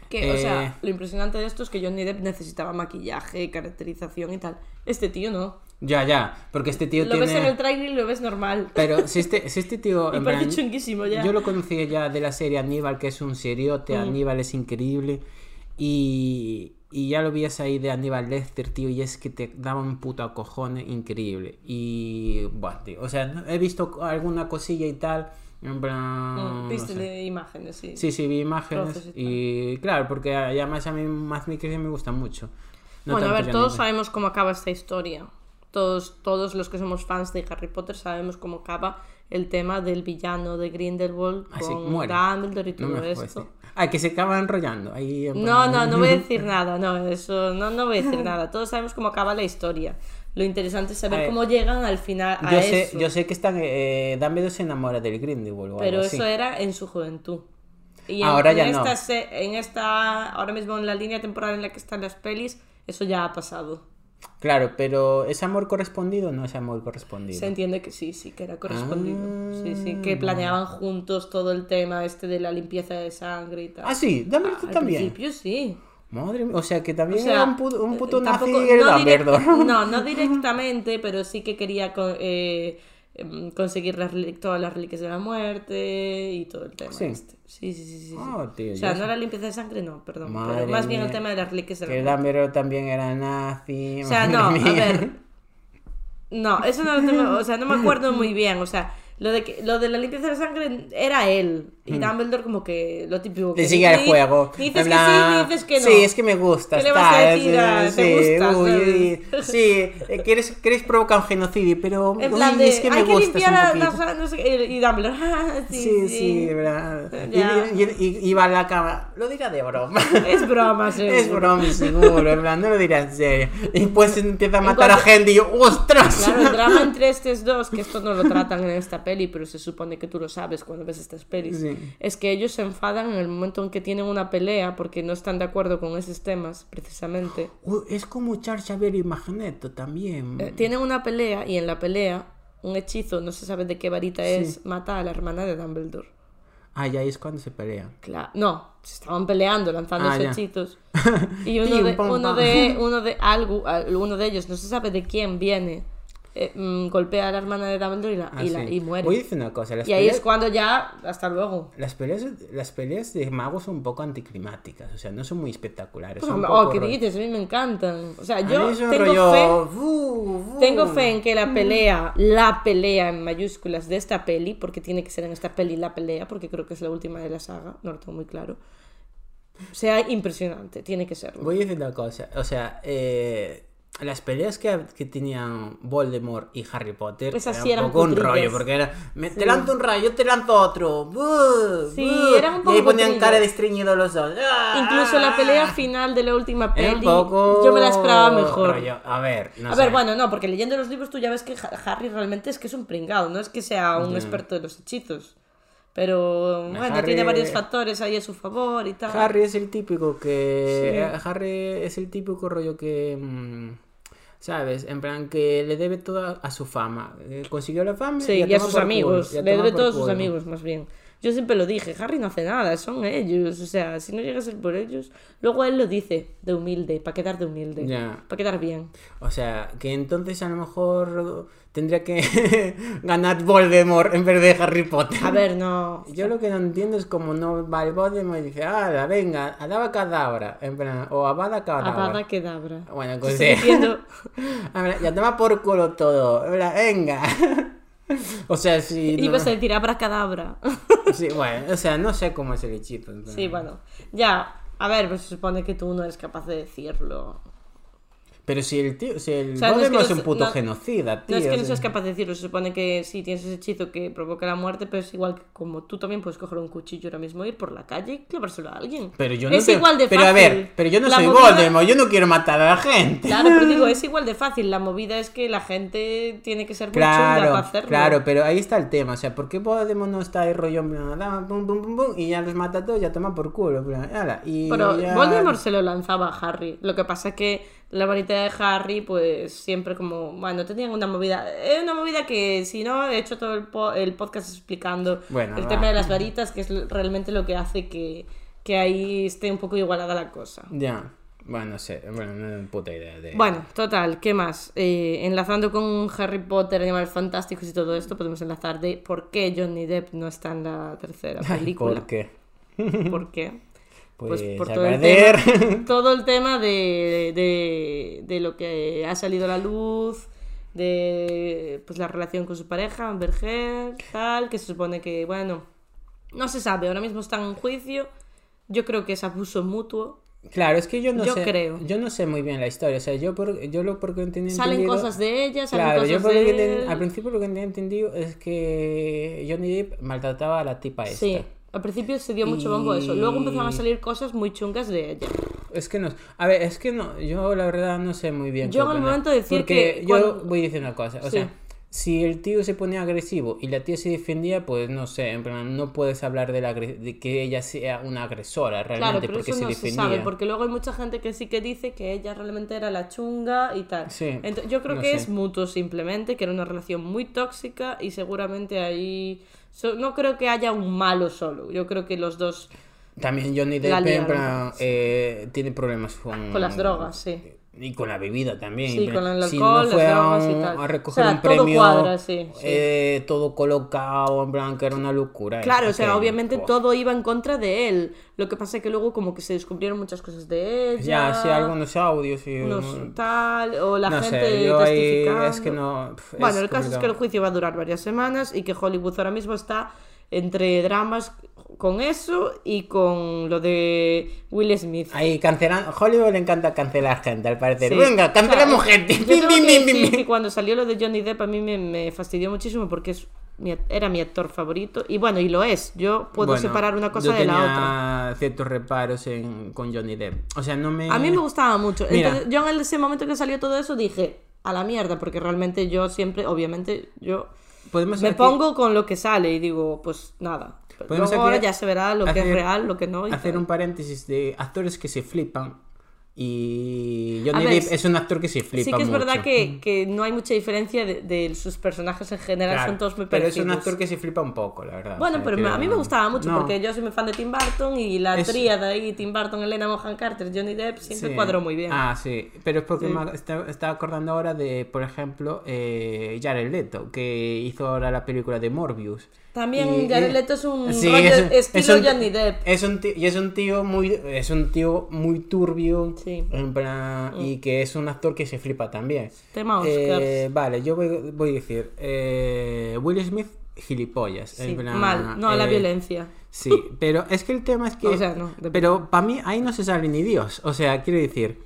A: Que, o
B: Eh,
A: sea, lo impresionante de esto es que Johnny Depp necesitaba maquillaje, caracterización y tal. Este tío no.
B: Ya, ya. Porque este tío
A: Lo
B: tiene.
A: ves en el trailer y lo ves normal.
B: Pero si este, si este tío.
A: Y
B: en
A: parece
B: plan,
A: chunguísimo ya. Mm.
B: Yo lo conocí ya de la serie Aníbal, que es un seriote. Aníbal es increíble. Y, y ya lo vías ahí de Aníbal Lester, tío. Y es que te daba un puto acojón increíble. Y. Bueno, tío. O sea, no- he visto alguna cosilla y tal. En plan.
A: Mm,
B: no
A: Viste
B: sé.
A: de imágenes, sí.
B: Sí, sí, vi imágenes.
A: Trozos y tal.
B: Y claro, porque además a mí Matt Mikkelsen me gusta mucho. No
A: bueno, a
B: tanto
A: ver,
B: Johnny
A: todos
B: Depp.
A: sabemos cómo acaba esta historia. Todos, todos los que somos fans de Harry Potter sabemos cómo acaba el tema del villano de Grindelwald
B: Ah, sí,
A: con
B: muere.
A: Dumbledore y todo
B: No me
A: esto.
B: esto. Ah, que se acaban enrollando. Ahí en
A: No, no, no voy a decir nada, no, eso, no, no voy a decir nada. Todos sabemos cómo acaba la historia. Lo interesante es
B: A
A: saber
B: ver,
A: cómo llegan al final a
B: Yo
A: eso.
B: sé, yo sé que están. Eh, Dumbledore se enamora del Grindelwald. o algo
A: Pero
B: así.
A: eso era en su juventud. Y
B: Ahora ya no.
A: esta, se- en esta, ahora mismo en la línea temporal en la que están las pelis, eso ya ha pasado.
B: Claro, pero ¿es amor correspondido o no Ah, es amor correspondido?
A: Se entiende que sí, sí, que era correspondido. Sí, sí, que planeaban juntos todo el tema este de la limpieza de sangre y tal.
B: Ah, sí, Dumbledore
A: Al
B: también.
A: principio sí.
B: Madre mía, o sea que también
A: O sea,
B: era un puto, un puto
A: eh,
B: nazi
A: tampoco-
B: el
A: no direct-
B: Dumbledore.
A: no, no directamente, pero sí que quería co- eh, em, conseguir las relic- todas las reliquias de la muerte y todo el tema.
B: Sí.
A: este. Sí, sí, sí, sí, sí.
B: Ah, tío,
A: o sea,
B: ya
A: no la limpieza de sangre, no, perdón.
B: Madre
A: pero más bien el
B: mía.
A: tema de las reliquias de la
B: Que
A: muerte.
B: Dumbledore también era nazi.
A: O sea,
B: madre
A: no, a
B: mía.
A: ver. No, eso no lo tengo, o sea, no me acuerdo muy bien, o sea, lo de que, lo de la limpieza de sangre era él y Dumbledore como que lo típico que
B: Le sigue al
A: ni-
B: juego.
A: Dices
B: en
A: que sí,
B: plan,
A: dices que no.
B: Sí, es que me gusta.
A: ¿Qué le vas a
B: tal,
A: decir a-
B: sí,
A: te gusta,
B: uy, uy,
A: sabes?
B: sí, eh, quieres, quieres provocar un genocidio, pero
A: En
B: uy,
A: plan de,
B: es que me
A: hay que
B: gustas
A: limpiar
B: un
A: a
B: poquito.
A: las- no sé qué, y Dumbledore, ah, sí,
B: Sí,
A: sí,
B: sí, de verdad.
A: Ya.
B: Y, y- y- y va a la cama. Lo dirá de broma.
A: Es broma, seguro.
B: Es broma, seguro, en plan, no lo dirá en serio. Y pues empieza a matar
A: cuanto-
B: a gente y yo, ¡ostras!
A: Claro, el drama entre estos dos, que esto no lo tratan en esta peli, pero se supone que tú lo sabes cuando ves estas pelis,
B: Sí.
A: es que ellos se enfadan en el momento en que tienen una pelea porque no están de acuerdo con esos temas, precisamente.
B: Uy, es como Charles Xavier y Magneto también.
A: Eh, Tienen una pelea y en la pelea un hechizo, no se sabe de qué varita es, mata a la hermana de Dumbledore.
B: Ah, ya es cuando se pelean.
A: Cla- no, se estaban peleando, lanzando
B: Ah,
A: esos
B: ya.
A: hechizos. Y uno
B: Pim,
A: de,
B: pam,
A: uno
B: pam.
A: de, uno de algo, al- uno de ellos, no se sabe de quién viene, eh, mm, golpea a la hermana de Dumbledore y, la-
B: Ah,
A: y, la-
B: sí.
A: y muere.
B: Voy a decir una cosa. Las
A: Y ahí
B: peleas-
A: es cuando ya, hasta luego.
B: Las peleas, las peleas de magos son un poco anticlimáticas, o sea, no son muy espectaculares. son un
A: Oh,
B: poco
A: ¿qué
B: rollo-
A: dices? A mí me encantan. O sea,
B: A
A: yo
B: mí es un
A: tengo
B: rollo, Mm.
A: fe,
B: "Bu, bu".
A: tengo fe en que la pelea, la pelea en mayúsculas de esta peli, porque tiene que ser en esta peli la pelea, porque creo que es la última de la saga, no lo tengo muy claro, sea impresionante, tiene que serlo.
B: Voy a decir una cosa, o sea, eh, las peleas que, que tenían Voldemort y Harry Potter
A: Esas
B: era
A: sí eran
B: un poco un
A: putrillas.
B: rollo, porque era, "Me- te lanzo un rayo, yo te lanzo otro. bu,
A: Sí,
B: bu",
A: eran un poco
B: Y ahí ponían
A: putrillas.
B: cara de estreñido los dos.
A: Incluso la pelea
B: Ah,
A: final de la última
B: era
A: peli,
B: un poco
A: yo me la esperaba mejor.
B: rollo, A ver, no
A: a
B: sé.
A: ver, bueno, no, porque leyendo los libros tú ya ves que Ha- Harry realmente es que es un pringado, no es que sea un experto de los hechizos. Pero bueno,
B: Harry-
A: tiene varios factores ahí a su favor y tal.
B: Harry es el típico que. eh, Harry es el típico rollo que. mm, ¿Sabes? En plan que le debe todo a, a su fama. Eh, Consiguió la fama
A: sí,
B: y a,
A: y a
B: tomar
A: sus
B: por culo,
A: amigos,
B: y a
A: le
B: tomar
A: debe
B: por
A: todos sus
B: culo.
A: amigos más bien. Yo siempre lo dije, Harry no hace nada, son ellos. O sea, si no llega a ser por ellos. Luego él lo dice, de humilde, para quedar de humilde.
B: Ya.
A: Para quedar bien.
B: O sea, que entonces a lo mejor tendría que ganar Voldemort en vez de Harry Potter.
A: A ver, no.
B: Yo lo que no entiendo es como no va el Voldemort y dice, ah, venga, Adaba Cadabra, en plan, o Avada Cadabra.
A: Avada Kedavra.
B: Bueno,
A: Yo
B: pues
A: estoy diciendo-
B: ya toma por culo todo, en plan, venga. o sea, si... no-
A: Ibas a decir abracadabra.
B: sí, bueno, o sea, no sé cómo es el hechizo. en plan.
A: pues- sí, bueno. Ya, a ver, pues se supone que tú no eres capaz de decirlo.
B: Pero si el tío, si el
A: O sea, no es que
B: Voldemort es,
A: no
B: un
A: se-
B: puto
A: no-
B: genocida, tío.
A: No es que
B: o
A: no
B: sea.
A: seas capaz de decirlo, se supone que si tienes ese hechizo que provoca la muerte, pero es igual que como tú también puedes coger un cuchillo ahora mismo, e ir por la calle y clavárselo a alguien.
B: Pero yo no
A: es
B: te-
A: igual de
B: Pero a
A: fácil.
B: ver, pero yo no
A: La
B: soy
A: movida-
B: Voldemort, yo no quiero matar a la gente.
A: Claro, pero digo, es igual de fácil. La movida es que la gente tiene que ser muy chunga para
B: Claro,
A: hacerlo.
B: claro, pero ahí está el tema, o sea, ¿por qué Voldemort no está ahí rollo, en plan, ah, pum, pum, pum, pum, y ya los mata a todos, ya toma por culo, en plan, ala, y
A: Pero
B: ya-
A: Voldemort se lo lanzaba a Harry. Lo que pasa es que la varita de Harry, pues siempre como, bueno, tenían una movida. Es una movida que si no, he hecho todo el, po- el podcast explicando
B: Bueno,
A: el
B: va.
A: tema de las varitas, que es l- realmente lo que hace que, que ahí esté un poco igualada la cosa.
B: Ya, bueno, no sé, bueno, no tengo puta idea de...
A: Bueno, total, ¿qué más? Eh, enlazando con Harry Potter, Animales Fantásticos y todo esto, podemos enlazar de por qué Johnny Depp no está en la tercera
B: Ay,
A: película.
B: ¿Por qué?
A: ¿Por qué?
B: Pues,
A: Pues por
B: a
A: todo el,
B: ver,
A: tema, todo el tema de, de, de lo que ha salido a la luz, de pues la relación con su pareja, Amber Heard, tal, que se supone que, bueno, no se sabe, ahora mismo está en juicio, yo creo que es abuso mutuo,
B: Claro, es que yo no
A: Yo
B: sé,
A: creo.
B: yo no sé muy bien la historia, o sea, yo por, yo lo porque entendí
A: salen cosas de ella, salen
B: Claro, yo
A: cosas
B: por lo que
A: de
B: ten- al
A: él.
B: principio lo que tenía entendido es que Johnny Depp maltrataba a la tipa esta.
A: Sí, al principio se dio mucho bombo a eso, luego empezaron a
B: Y-
A: salir cosas muy chungas de ella.
B: Es que no. A ver, es que no. Yo la verdad no sé muy bien.
A: Yo
B: qué
A: en el
B: opinar,
A: momento de decir
B: porque
A: que
B: Yo
A: cuando-
B: voy a decir una cosa. O
A: Sí.
B: sea, si el tío se ponía agresivo y la tía se defendía, pues no sé. En plan, no puedes hablar de, la agre- de que ella sea una agresora
A: Claro,
B: realmente
A: pero
B: porque
A: eso
B: se
A: no se
B: defendía.
A: sabe, porque luego hay mucha gente que sí que dice que ella realmente era la chunga y tal.
B: Sí,
A: Ento- yo creo
B: no
A: que
B: sé.
A: es mutuo simplemente, que era una relación muy tóxica y seguramente ahí... so- no creo que haya un malo solo, yo creo que los dos...
B: También Johnny
A: La
B: Depp, en
A: liaron.
B: plan, eh, tiene problemas con.
A: Con las drogas, sí.
B: Y con la bebida también.
A: Sí,
B: en plan,
A: con el
B: si
A: alcohol,
B: no fue
A: las
B: a,
A: drogas y
B: un-
A: tal.
B: a
A: O
B: recoger
A: sea,
B: un
A: todo
B: premio
A: cuadra, sí, sí.
B: eh, todo colocado, en plan, que era una locura. eh,
A: Claro, o
B: eso,
A: sea,
B: que,
A: obviamente
B: buah.
A: todo iba en contra de él. Lo que pasa es que luego como que se descubrieron muchas cosas de ella.
B: Ya, sí, algunos audios y...
A: unos tal, o la
B: no
A: gente
B: sé, yo ahí
A: testificando.
B: es que no... pf,
A: Bueno, el caso es que el
B: complicado.
A: juicio va a durar varias semanas y que Hollywood ahora mismo está entre dramas con eso y con lo de Will Smith.
B: Ahí cancelan... Hollywood le encanta cancelar gente, al parecer.
A: Sí.
B: Venga, cancelamos
A: O sea,
B: gente.
A: yo
B: Bim,
A: tengo que
B: bim, bim, bim,
A: decir
B: bim.
A: que cuando salió lo de Johnny Depp a mí me, me fastidió muchísimo porque es mi act- era mi actor favorito y bueno, y lo es. Yo puedo
B: Bueno,
A: separar una cosa
B: yo
A: de la
B: tenía
A: otra.
B: ciertos reparos en, con Johnny Depp. O sea, no me...
A: A mí me gustaba mucho.
B: Mira.
A: Entonces, yo en ese momento que salió todo eso dije, a la mierda, porque realmente yo siempre, obviamente, yo
B: Podemos
A: me
B: aquí-
A: pongo con lo que sale y digo, pues nada.
B: Podemos
A: Luego ahora
B: aquí
A: ya se verá lo que es
B: hacer-
A: real, lo que no. y
B: Hacer
A: tal.
B: un paréntesis de actores que se flipan. Y
A: A
B: Johnny
A: ver,
B: Depp es un actor que se flipa
A: Sí que es verdad
B: mucho. Mm.
A: que, que no hay mucha diferencia de, de sus personajes en general,
B: Claro,
A: son todos muy
B: pero
A: parecidos.
B: es un actor que se flipa un poco, la verdad.
A: Bueno,
B: O sea,
A: pero
B: que
A: me- a mí me
B: no-
A: gustaba mucho
B: no.
A: porque yo soy muy fan de Tim Burton y la
B: Es-
A: tríada ahí, Tim Burton, Elena Mohan Carter, Johnny Depp, siempre
B: Sí.
A: cuadró muy bien.
B: Ah, sí. Pero es porque me está- estaba acordando ahora de, por ejemplo, eh, Jared Leto, que hizo ahora la película de Morbius.
A: También
B: Y-
A: Jared
B: y-
A: Leto es un
B: Sí,
A: rollo
B: es un-
A: estilo
B: es un-
A: Johnny Depp.
B: Es un tío, y es un tío muy, es un tío muy turbio.
A: Sí. Mm.
B: en plan, y que es un actor que se flipa también.
A: Tema
B: Eh, vale, yo voy, voy a decir, eh, Will Smith gilipollas. en
A: Sí,
B: plan,
A: mal, no a la
B: eh,
A: violencia.
B: Sí, pero es que el tema es que.
A: O sea, no, de-
B: Pero para mí ahí no se sale ni Dios. O sea, quiero decir.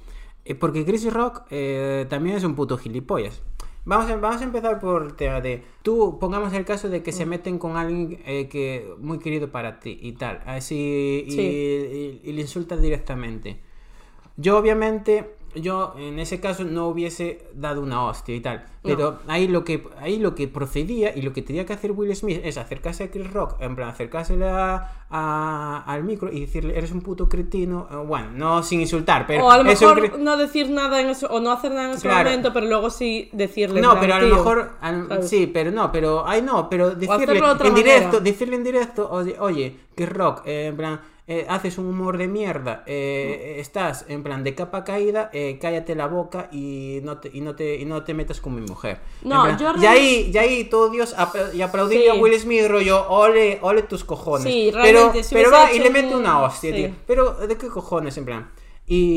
B: eh, Porque Chris Rock eh, también es un puto gilipollas. Vamos a, vamos a empezar por el tema de. Tú, pongamos el caso de que
A: Mm.
B: se meten con alguien eh, que muy querido para ti y tal. Así. Y,
A: Sí.
B: y- y le insultas directamente. Yo, obviamente. yo en ese caso no hubiese dado una hostia y tal. Pero ahí, lo que, ahí lo que procedía y lo que tenía que hacer Will Smith es acercarse a Chris Rock, en plan acercarse a- a- al micro y decirle, eres un puto cretino. Eh, Bueno, no sin insultar, pero...
A: o a lo
B: "Eres un
A: mejor
B: cre-
A: no decir nada en eso, o no hacer nada en ese
B: Claro.
A: momento, pero luego sí decirle. en
B: No,
A: plan,
B: pero a lo
A: "Tío".
B: mejor. al-
A: ¿sabes?
B: sí, pero no, pero. Ay, no, pero decirle
A: hacerlo de otra
B: en directo,
A: manera.
B: decirle en directo, oye, oye que rock, eh, en plan, eh, haces un humor de mierda,
A: Mm.
B: eh, estás en plan de capa caída, eh, cállate la boca y no te, y no te, y no te metas con mi mujer.
A: No,
B: En plan,
A: yo
B: Y
A: real-
B: ahí, y ahí todo Dios apl- y aplaudir
A: Sí.
B: a Will Smith, rollo, ole, ole tus cojones.
A: Sí,
B: pero,
A: realmente, si
B: pero
A: hubiese
B: va y
A: hecho
B: le mete
A: un-
B: una hostia,
A: sí.
B: tío. Pero, ¿de qué cojones, en plan?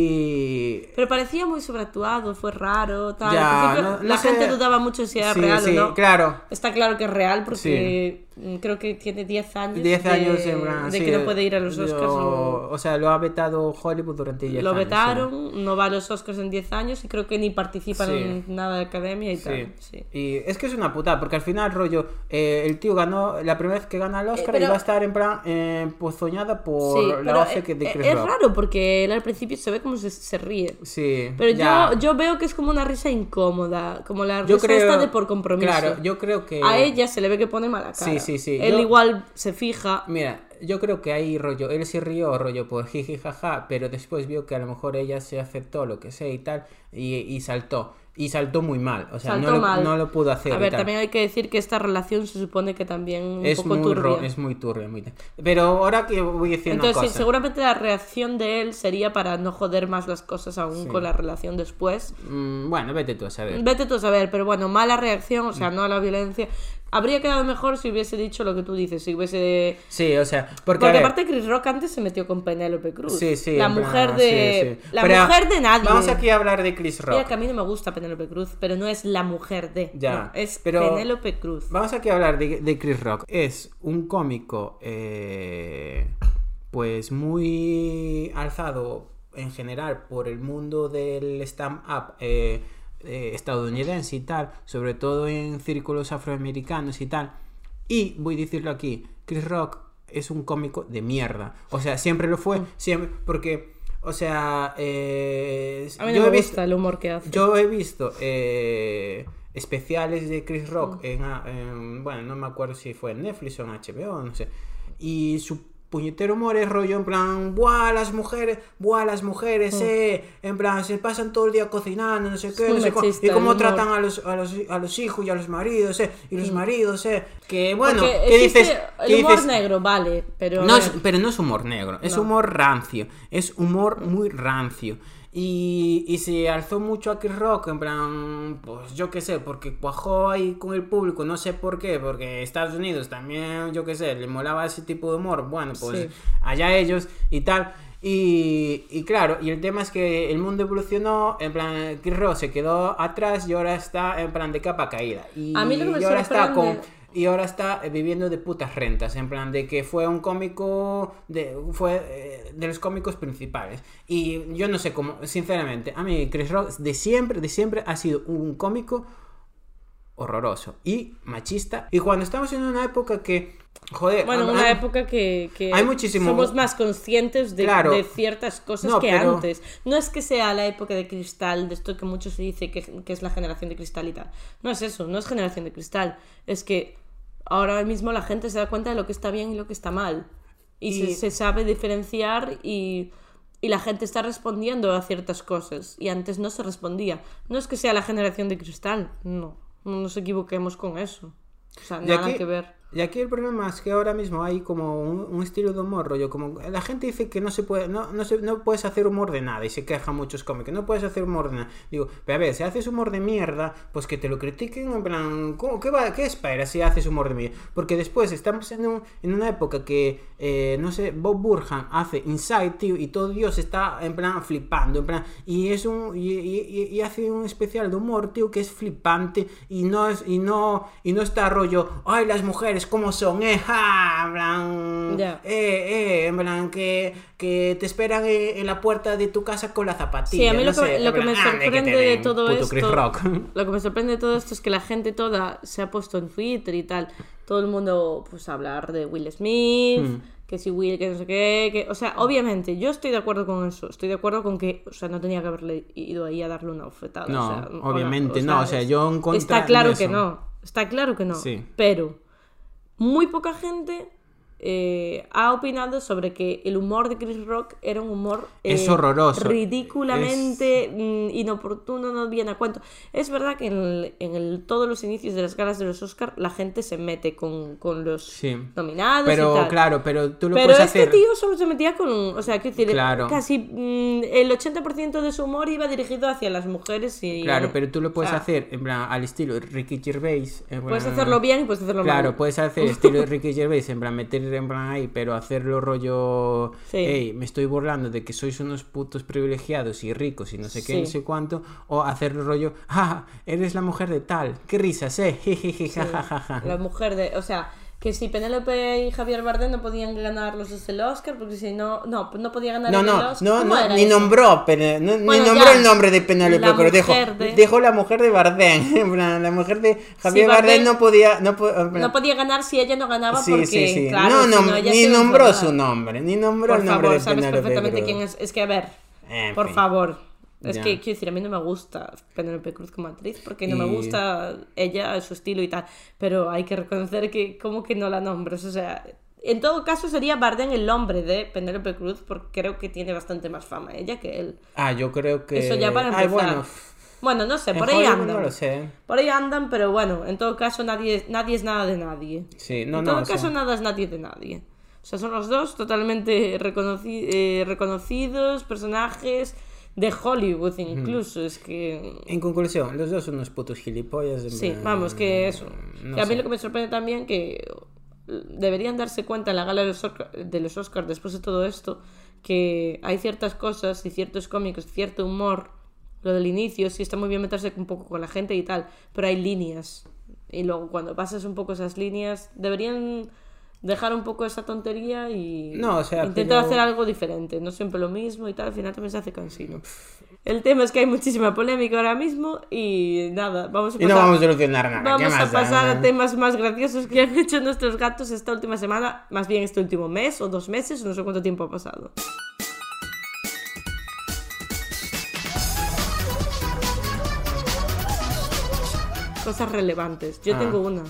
B: Y.
A: Pero parecía muy sobreactuado, fue raro, tal. Al
B: Ya,
A: principio
B: no- no
A: la
B: sé-
A: gente dudaba mucho si era
B: Sí,
A: real
B: sí,
A: o no.
B: claro.
A: Está claro que es real porque mm, creo que tiene 10 años,
B: 10 años
A: de,
B: en plan,
A: de
B: sí,
A: que no puede ir a los
B: lo-
A: Oscars. o-
B: O sea, lo ha vetado Hollywood durante 10
A: Lo
B: años. sí.
A: vetaron, no va a los Oscars en 10 años y creo que ni participa
B: Sí.
A: en nada de academia y
B: Sí.
A: tal. Sí.
B: Y es que es una putada, porque al final, rollo, eh, el tío ganó la primera vez que gana el Oscar
A: pero-
B: y va a estar en plan eh, pozoñada por
A: Sí,
B: la
A: pero
B: hostia que de
A: es,
B: Chris
A: es
B: Rock.
A: raro porque él al principio se ve como se, se ríe.
B: Sí.
A: Pero
B: ya.
A: yo, yo veo que es como una risa incómoda, como la
B: Yo
A: risa esta de por compromiso.
B: Claro, yo creo que.
A: A ella se le ve que pone mala cara.
B: Eh, Sí, sí, sí,
A: Él
B: yo-
A: igual se fija.
B: Mira, yo creo que ahí rollo, él se rió rollo por jiji jaja, pero después vio que a lo mejor ella se aceptó lo que sea y tal, y, y saltó. Y saltó muy mal, o sea,
A: Saltó
B: no, lo,
A: mal.
B: no lo pudo hacer.
A: A
B: y
A: ver,
B: tal.
A: también hay que decir que esta relación se supone que también un
B: es
A: poco
B: muy
A: turbia.
B: ro- es muy turbio, muy turbio. Pero ahora que voy a decir una
A: Entonces, sí,
B: cosa.
A: seguramente la reacción de él sería para no joder más las cosas aún
B: Sí.
A: con la relación después.
B: Mm, bueno, vete tú a saber.
A: Vete tú a saber, pero bueno, mala reacción, o sea, no a la violencia. Habría quedado mejor si hubiese dicho lo que tú dices, si hubiese...
B: Sí, o sea, porque,
A: Porque
B: a ver,
A: aparte Chris Rock antes se metió con Penélope Cruz.
B: sí, sí,
A: La
B: en plan,
A: mujer de...
B: sí, sí.
A: La
B: Pero
A: mujer de nadie.
B: Vamos aquí a hablar de Chris Rock.
A: Mira que a mí no me gusta Penélope Cruz, pero no es la mujer de...
B: Ya,
A: no, es
B: pero-
A: Penélope Cruz.
B: Vamos aquí a hablar de, de Chris Rock. Es un cómico, eh, pues muy alzado en general por el mundo del stand-up eh, eh, estadounidense y tal, sobre todo en círculos afroamericanos y tal. Y voy a decirlo aquí, Chris Rock es un cómico de mierda. O sea, siempre lo fue, siempre, porque, o sea, eh,
A: A mí
B: yo
A: no
B: he
A: me
B: visto-
A: gusta el humor que hace.
B: yo he visto eh, especiales de Chris
A: Mm.
B: Rock en, a- en- Bueno, no me acuerdo si fue en Netflix o en HBO, no sé. Y su puñetero humor es rollo en plan, ¡buah, las mujeres! ¡buah, las mujeres! ¡eh! En plan, se pasan todo el día cocinando, no sé qué,
A: Mm. muy
B: no sé cómo.
A: machista
B: Y
A: el
B: cómo
A: humor. Mm.
B: tratan a los, a, los, a los hijos y a los maridos, ¿eh? Y los maridos, ¿eh? Que bueno,
A: Porque
B: ¿qué
A: existe
B: dices?
A: El
B: ¿Qué
A: humor
B: dices?
A: negro, vale, pero... a
B: No
A: ver,
B: es- pero no es humor negro, es
A: No.
B: humor rancio, es humor muy rancio. Y, y se alzó mucho a Chris Rock, en plan, pues yo qué sé, porque cuajó ahí con el público, no sé por qué, porque Estados Unidos también, yo qué sé, le molaba ese tipo de humor, bueno, pues
A: Sí.
B: allá ellos y tal. Y, y claro, y el tema es que el mundo evolucionó, en plan, Chris Rock se quedó atrás y ahora está en plan de capa caída. Y,
A: A mí lo que me
B: y ahora está con
A: sorprende-
B: y ahora está eh, viviendo de putas rentas, en plan de que fue un cómico de fue eh, de los cómicos principales. Y yo no sé cómo, sinceramente, a mí Chris Rock de siempre, de siempre ha sido un cómico horroroso y machista. Y cuando estamos en una época que joder,
A: Bueno,
B: a-
A: una
B: a-
A: época que, que
B: hay muchísimo-
A: somos más conscientes de,
B: Claro.
A: de ciertas cosas
B: No,
A: que
B: pero-
A: antes. No es que sea la época de cristal, de esto que mucho se dice que, que es la generación de cristal y tal. No es eso, no es generación de cristal. Es que ahora mismo la gente se da cuenta de lo que está bien y lo que está mal. Y,
B: Y-
A: Se, se sabe diferenciar y, y la gente está respondiendo a ciertas cosas. Y antes no se respondía. No es que sea la generación de cristal, no. No nos equivoquemos con eso. O sea,
B: Y
A: nada
B: aquí-
A: que ver.
B: Y aquí el problema es que ahora mismo hay como un, un estilo de humor, rollo, como la gente dice que no se puede, no, no, se- no puedes hacer humor de nada y se quejan muchos cómicos, no puedes hacer humor de nada. Digo, pero a ver, si haces humor de mierda, pues que te lo critiquen, en plan, ¿cómo- qué, va, ¿qué esperas si haces humor de mierda? Porque después estamos en, un- en una época que, eh, no sé, Bob Burhan hace Inside, tío, y todo Dios está en plan flipando, en plan, y es un, y, y- y- y hace un especial de humor, tío, que es flipante y no es, y no, y no está rollo, ay, las mujeres mujeres como son, eh, ja, en plan,
A: Ya.
B: eh, eh, en plan, que, que te esperan eh, en la puerta de tu casa con la zapatilla.
A: Sí, a mí lo
B: no
A: que,
B: sé,
A: lo
B: en
A: que me
B: plan, "Ande, te
A: sorprende de
B: den,
A: todo
B: puto
A: esto.
B: Chris Rock.
A: Lo que me sorprende de todo esto es que la gente toda se ha puesto en Twitter y tal. Todo el mundo, pues, a hablar de Will Smith,
B: Hmm.
A: que si Will, que no sé qué. Que... O sea, obviamente, yo estoy de acuerdo con eso. Estoy de acuerdo con que, o sea, no tenía que haberle ido ahí a darle una bofetada.
B: No,
A: o sea, o
B: obviamente no, o sea, yo en contra
A: Está
B: de
A: claro que
B: eso.
A: no. Está claro que no.
B: Sí.
A: Pero muy poca gente. eh, ha opinado sobre que el humor de Chris Rock era un humor eh,
B: Es horroroso.
A: Ridículamente mm, inoportuno, no viene a cuento. Es verdad que en, el- en el- todos los inicios de las galas de los Oscar la gente se mete con, con los
B: Sí.
A: nominados y
B: Pero
A: tal.
B: claro, pero tú lo
A: Pero
B: puedes
A: este
B: hacer.
A: tío solo se metía con... O sea, quiero decir,
B: Claro.
A: casi mm, el 80% de su humor iba dirigido hacia las mujeres y...
B: Claro, pero tú lo puedes
A: o sea,
B: hacer en plan, al estilo Ricky Gervais. en
A: Puedes
B: plan-
A: hacerlo bien y puedes hacerlo mal.
B: Claro, pues, puedes hacer estilo Ricky Gervais, en plan meter en plan ahí, pero hacerlo rollo,
A: Sí.
B: hey, me estoy burlando de que sois unos putos privilegiados y ricos y no sé qué, no
A: Sí.
B: sé cuánto, o hacerlo rollo, ja, ja, eres la mujer de tal, qué risas, eh, jejeje, ja, ja, ja, ja.
A: La mujer de. O sea, que si Penélope y Javier Bardem no podían ganar los dos el Oscar, porque si no. No, no podía ganar
B: No,
A: el
B: no,
A: Oscar.
B: no,
A: ¿Cómo
B: no,
A: era
B: ni
A: eso?
B: nombró, pero, no-
A: Bueno,
B: ni nombró
A: ya.
B: el nombre de Penélope
A: La
B: Cruz, dejó,
A: mujer de-
B: dejó la mujer de Bardem, en plan, la mujer de Javier Bardem,
A: Bardem-
B: no podía, no, po- en plan,
A: No podía ganar si ella no ganaba
B: sí,
A: porque.
B: sí, sí,
A: Claro,
B: no,
A: si
B: nom-
A: ella
B: ni
A: se iba a
B: nombró
A: enfadar.
B: su nombre, ni nombró
A: Por
B: el nombre
A: favor,
B: de
A: sabes
B: Penélope
A: perfectamente
B: Cruz.
A: quién es. Es que, a ver,
B: En
A: por
B: fin.
A: favor. Es
B: Ya.
A: que, quiero decir, a mí no me gusta Penélope Cruz como actriz porque no me
B: Y-
A: gusta ella, su estilo y tal. Pero hay que reconocer que, como que no la nombres? O sea, en todo caso sería Bardem el hombre de Penélope Cruz porque creo que tiene bastante más fama ella que él.
B: Ah, yo creo que.
A: Eso ya para empezar.
B: Ay, bueno, f-
A: Bueno, no sé,
B: en
A: por ahí
B: Hollywood
A: andan.
B: No lo sé.
A: Por ahí andan, pero bueno, en todo caso nadie, nadie es nada de nadie.
B: Sí, no,
A: en
B: no.
A: todo
B: o sea,
A: caso nada es nadie de nadie. O sea, son los dos totalmente reconoci- eh, reconocidos personajes de Hollywood incluso. Es que...
B: En conclusión, los dos son unos putos gilipollas. en
A: Sí,
B: plan,
A: vamos, que eso.
B: no
A: Que a mí
B: sé.
A: lo que me sorprende también que deberían darse cuenta en la gala de los, Oscar- de los Oscars después de todo esto que hay ciertas cosas y ciertos cómicos, cierto humor, lo del inicio, sí está muy bien meterse un poco con la gente y tal, pero hay líneas. Y luego cuando pasas un poco esas líneas, deberían dejar un poco esa tontería y
B: No, o sea,
A: intentar
B: pero-
A: hacer algo diferente, no siempre lo mismo y tal, al final también se hace cansino. El tema es que hay muchísima polémica ahora mismo y nada, vamos a
B: Y no vamos a solucionar nada. Ah, ¿qué
A: Vamos a
B: más da?
A: pasar a temas más graciosos que han hecho nuestros gatos esta última semana, más bien este último mes o dos meses, no sé cuánto tiempo ha pasado. Cosas relevantes. Yo
B: Ah.
A: tengo una.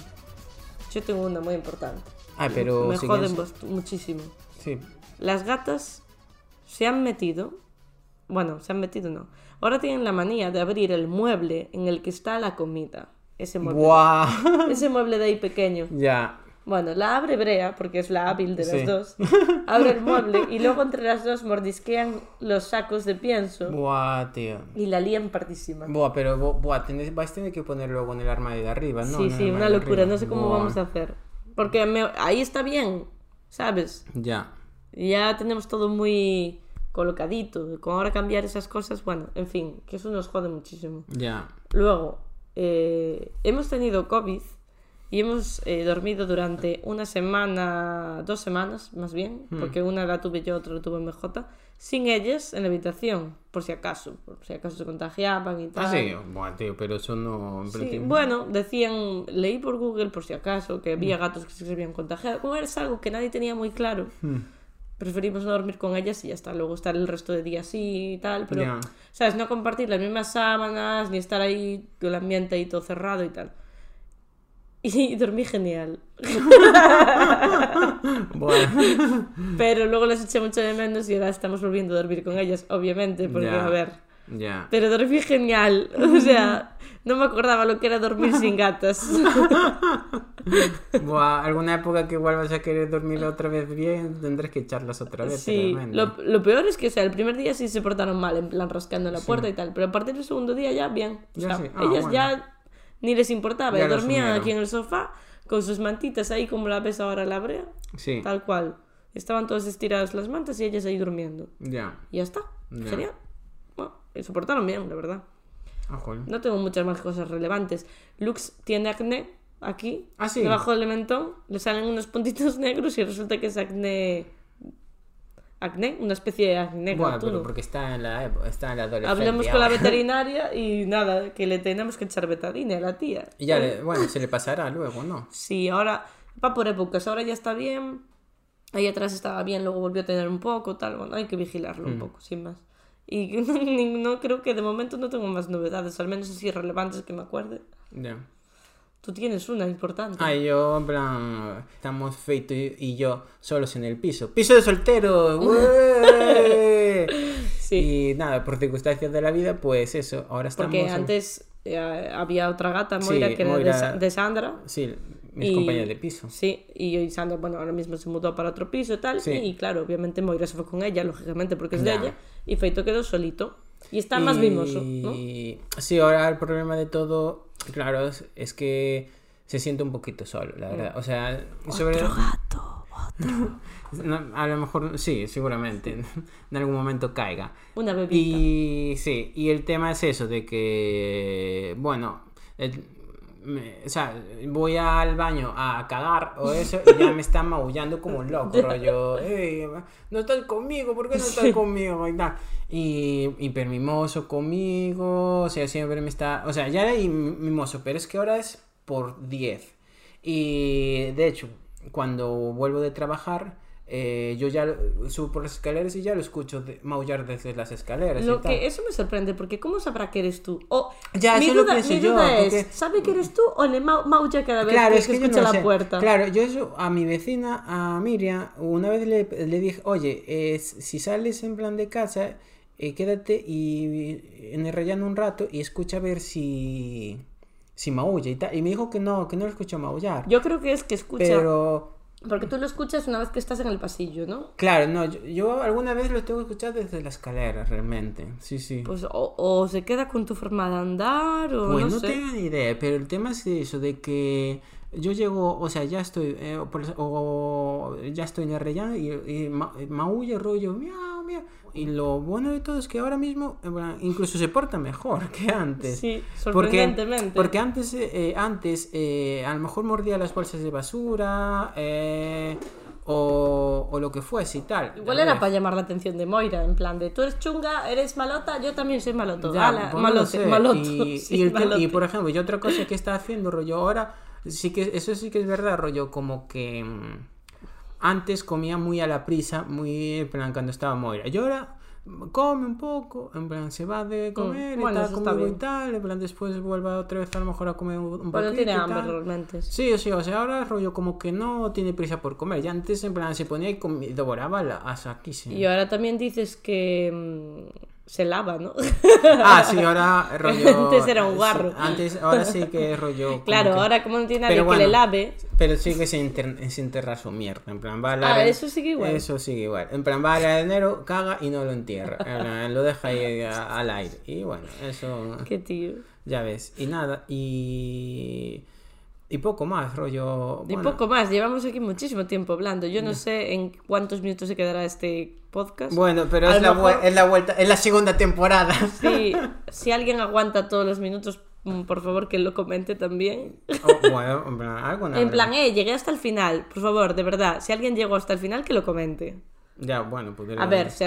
A: Yo tengo una muy importante.
B: Ah, pero.
A: Me
B: sí que
A: joden
B: es-
A: bast- muchísimo.
B: Sí.
A: Las gatas se han metido. Bueno, se han metido no. Ahora tienen la manía de abrir el mueble en el que está la comida. Ese mueble
B: Buah.
A: ese mueble de ahí pequeño.
B: ya.
A: Bueno, la abre Brea, porque es la hábil de
B: Sí.
A: las dos. Abre el mueble y luego entre las dos mordisquean los sacos de pienso
B: Buah, tío.
A: y la lían partísima.
B: Buah, pero bu- buah, tenés- vais a tener que poner luego en el armario de arriba, ¿no?
A: sí,
B: En el
A: sí, una
B: armario de
A: locura.
B: arriba.
A: No sé cómo
B: Buah.
A: vamos a hacer. Porque me- ahí está bien, ¿sabes?
B: Ya.
A: Ya tenemos todo muy colocadito. Con ahora cambiar esas cosas, bueno, en fin, que eso nos jode muchísimo.
B: Ya.
A: Luego, eh, hemos tenido COVID y hemos eh, dormido durante una semana, dos semanas más bien,
B: Hmm.
A: porque una la tuve yo, otra la tuve MJ, sin ellas en la habitación, por si acaso, por si acaso se contagiaban y tal.
B: Ah, sí. Buah, tío, pero eso no. en
A: Sí,
B: principio-
A: bueno, decían, leí por Google por si acaso que
B: Mm.
A: había gatos que se habían contagiado. Como es algo que nadie tenía muy claro,
B: Mm.
A: preferimos no dormir con ellas y ya está. Luego estar el resto de día así y tal, pero,
B: Ya.
A: ¿sabes? No compartir las mismas sábanas ni estar ahí con el ambiente ahí todo cerrado y tal. Y dormí genial.
B: Buah.
A: Pero luego las eché mucho de menos y ahora estamos volviendo a dormir con ellas, obviamente, porque
B: Ya.
A: a ver.
B: ya.
A: Pero dormí genial. O sea, no me acordaba lo que era dormir sin gatas.
B: Buah, alguna época que igual vas a querer dormir otra vez bien, tendrás que echarlas otra vez.
A: Ah. Sí,
B: realmente.
A: lo, lo peor es que, o sea, el primer día sí se portaron mal, en plan rascando la puerta y tal, pero a partir del segundo día ya bien. O
B: Ya
A: sea,
B: sí. Ah,
A: ellas
B: bueno.
A: ya ni les importaba,
B: Ya
A: ya
B: lo
A: dormían
B: asumieron.
A: aquí en el sofá con sus mantitas ahí como la ves ahora la brea,
B: Sí,
A: tal cual. Estaban todas estiradas las mantas y ellas ahí durmiendo.
B: ya.
A: Y ya está,
B: Ya.
A: genial. Bueno, y se portaron bien, la verdad.
B: Ojo.
A: No tengo muchas más cosas relevantes. Lux tiene acné, aquí,
B: Ah, sí.
A: debajo del mentón, le salen unos puntitos negros y resulta que es acné. Acné, una especie de acné
B: Bueno,
A: gatuno.
B: pero porque está en la, epo- está en la adolescencia.
A: Hablamos con la
B: ahora.
A: veterinaria y nada, que le tenemos que echar betadine a la tía.
B: Y ya, le- bueno, se le pasará luego, ¿no?
A: Sí, ahora va por épocas, ahora ya está bien. Ahí atrás estaba bien, luego volvió a tener un poco, tal, bueno, hay que vigilarlo
B: Mm.
A: un poco, sin más. Y no, ni- no creo que de momento no tengo más novedades, al menos así relevantes que me acuerde.
B: Ya.
A: Tú tienes una importante.
B: Ah, yo, en plan, estamos Feito y, y yo solos en el piso. ¡Piso de soltero! ¡Ué!
A: sí,
B: Y nada, por circunstancias de la vida, pues eso, ahora estamos...
A: porque
B: en-
A: antes eh, había otra gata,
B: Sí,
A: Moira, que era de,
B: Moira.
A: Sa- de Sandra.
B: Sí, mis
A: y-
B: compañeros de piso.
A: Sí, y yo y Sandra, bueno, ahora mismo se mudó para otro piso y tal.
B: Sí.
A: Y claro, obviamente Moira se fue con ella, lógicamente, porque es
B: Ya.
A: de ella. Y Feito quedó solito. Y está más mimoso, ¿no?
B: Y- Sí, ahora el problema de todo, claro, es, es que se siente un poquito solo, la verdad. O sea, sobre...
A: gato,
B: no, a lo mejor, sí, seguramente, en algún momento caiga.
A: Una bebita.
B: Y sí, y el tema es eso, de que, bueno, el- me- o sea, voy al baño a cagar o eso y ya me está maullando como un loco, rollo, "Ey, no estás conmigo, ¿por qué no estás conmigo? Y, tal. y hipermimoso conmigo, o sea, siempre me está, o sea, ya era him- mimoso, pero es que ahora es por 10. Y de hecho, cuando vuelvo de trabajar... eh, yo ya lo- subo por las escaleras y ya lo escucho de- maullar desde las escaleras. y
A: Lo
B: tal.
A: que eso me sorprende, porque ¿cómo sabrá que eres tú? O,
B: Ya,
A: mi
B: eso lo
A: duda,
B: pienso
A: mi
B: yo,
A: duda es,
B: porque-
A: ¿sabe que eres tú o le mau- maulla cada vez
B: Claro,
A: que,
B: es
A: que
B: que yo
A: escucha
B: no
A: la
B: sé.
A: puerta?
B: Claro, yo eso a mi vecina, a Miriam, una vez le, le dije, oye, eh, si sales en plan de casa, eh, quédate y en el rellano un rato y escucha a ver si, si maulla y tal. Y me dijo que no, que no lo escuchó maullar.
A: Yo creo que es que escucha,
B: pero,
A: porque tú lo escuchas una vez que estás en el pasillo, ¿no?
B: claro, no, yo, yo alguna vez lo tengo escuchado desde la escalera, realmente. Sí, sí.
A: Pues o, o se queda con tu forma de andar o
B: Pues
A: no,
B: no,
A: sé.
B: tengo ni idea, pero el tema es eso, de que yo llego, o sea, ya estoy, eh, o por- o ya estoy en el rellano y, y ma- eh, maulla rollo, miau, miau. Y lo bueno de todo es que ahora mismo en plan, incluso se porta mejor que antes.
A: Sí,
B: Porque,
A: sorprendentemente.
B: porque antes, eh, antes eh, a lo mejor mordía las bolsas de basura eh, o, o lo que fuese y tal.
A: Igual
B: tal
A: era
B: vez.
A: para llamar la atención de Moira, en plan de tú eres chunga, eres malota, yo también soy maloto.
B: Ya,
A: Ala,
B: pues no lo
A: malote,
B: sé.
A: maloto.
B: Y,
A: sí,
B: y el te- y,
A: malote.
B: por ejemplo, y otra cosa que está haciendo, rollo, ahora, sí que, eso sí que es verdad, rollo, como que mm, antes comía muy a la prisa, muy en plan cuando estaba Moira. Y ahora mm, come un poco, en plan se va de comer, y
A: Mm, bueno,
B: tal,
A: eso está
B: conmigo y
A: bien.
B: tal, en plan después vuelve otra vez a lo mejor a comer un,
A: Bueno,
B: un poquito
A: tiene
B: y
A: hambre
B: tal.
A: realmente.
B: Sí, sí, o sea, ahora rollo como que no tiene prisa por comer. Ya antes en plan se ponía y comi- devoraba la, hasta aquí, sí.
A: Y ahora también dices que mm, se lava, ¿no?
B: Ah, sí, ahora rollo.
A: Antes era un guarro.
B: sí, Antes, ahora sí que es rollo. como
A: claro,
B: que-
A: ahora como no tiene nadie
B: Pero
A: que le
B: bueno.
A: lave,
B: Pero sí que se, inter- se enterra su mierda. En plan, va a la
A: Ah,
B: are-
A: eso sigue igual.
B: Eso sigue igual. En plan, va al arenero, caga y no lo entierra. En plan, lo deja ahí a- al aire. Y bueno, eso.
A: qué tío.
B: Ya ves. Y nada, y. Y poco más, rollo.
A: Y
B: bueno.
A: poco más, llevamos aquí muchísimo tiempo hablando. Yo no sé en cuántos minutos se quedará este podcast.
B: Bueno, pero
A: A
B: es
A: lo
B: la, vue-
A: mejor-
B: es la vuelta, es la segunda temporada.
A: Si, si alguien aguanta todos los minutos, mm, por favor que lo comente también.
B: Oh, bueno, en plan, algo no
A: en
B: habrá.
A: plan, eh, llegué hasta el final. Por favor, de verdad, si alguien llegó hasta el final, que lo comente.
B: Ya, bueno, pues podría-
A: A ver, se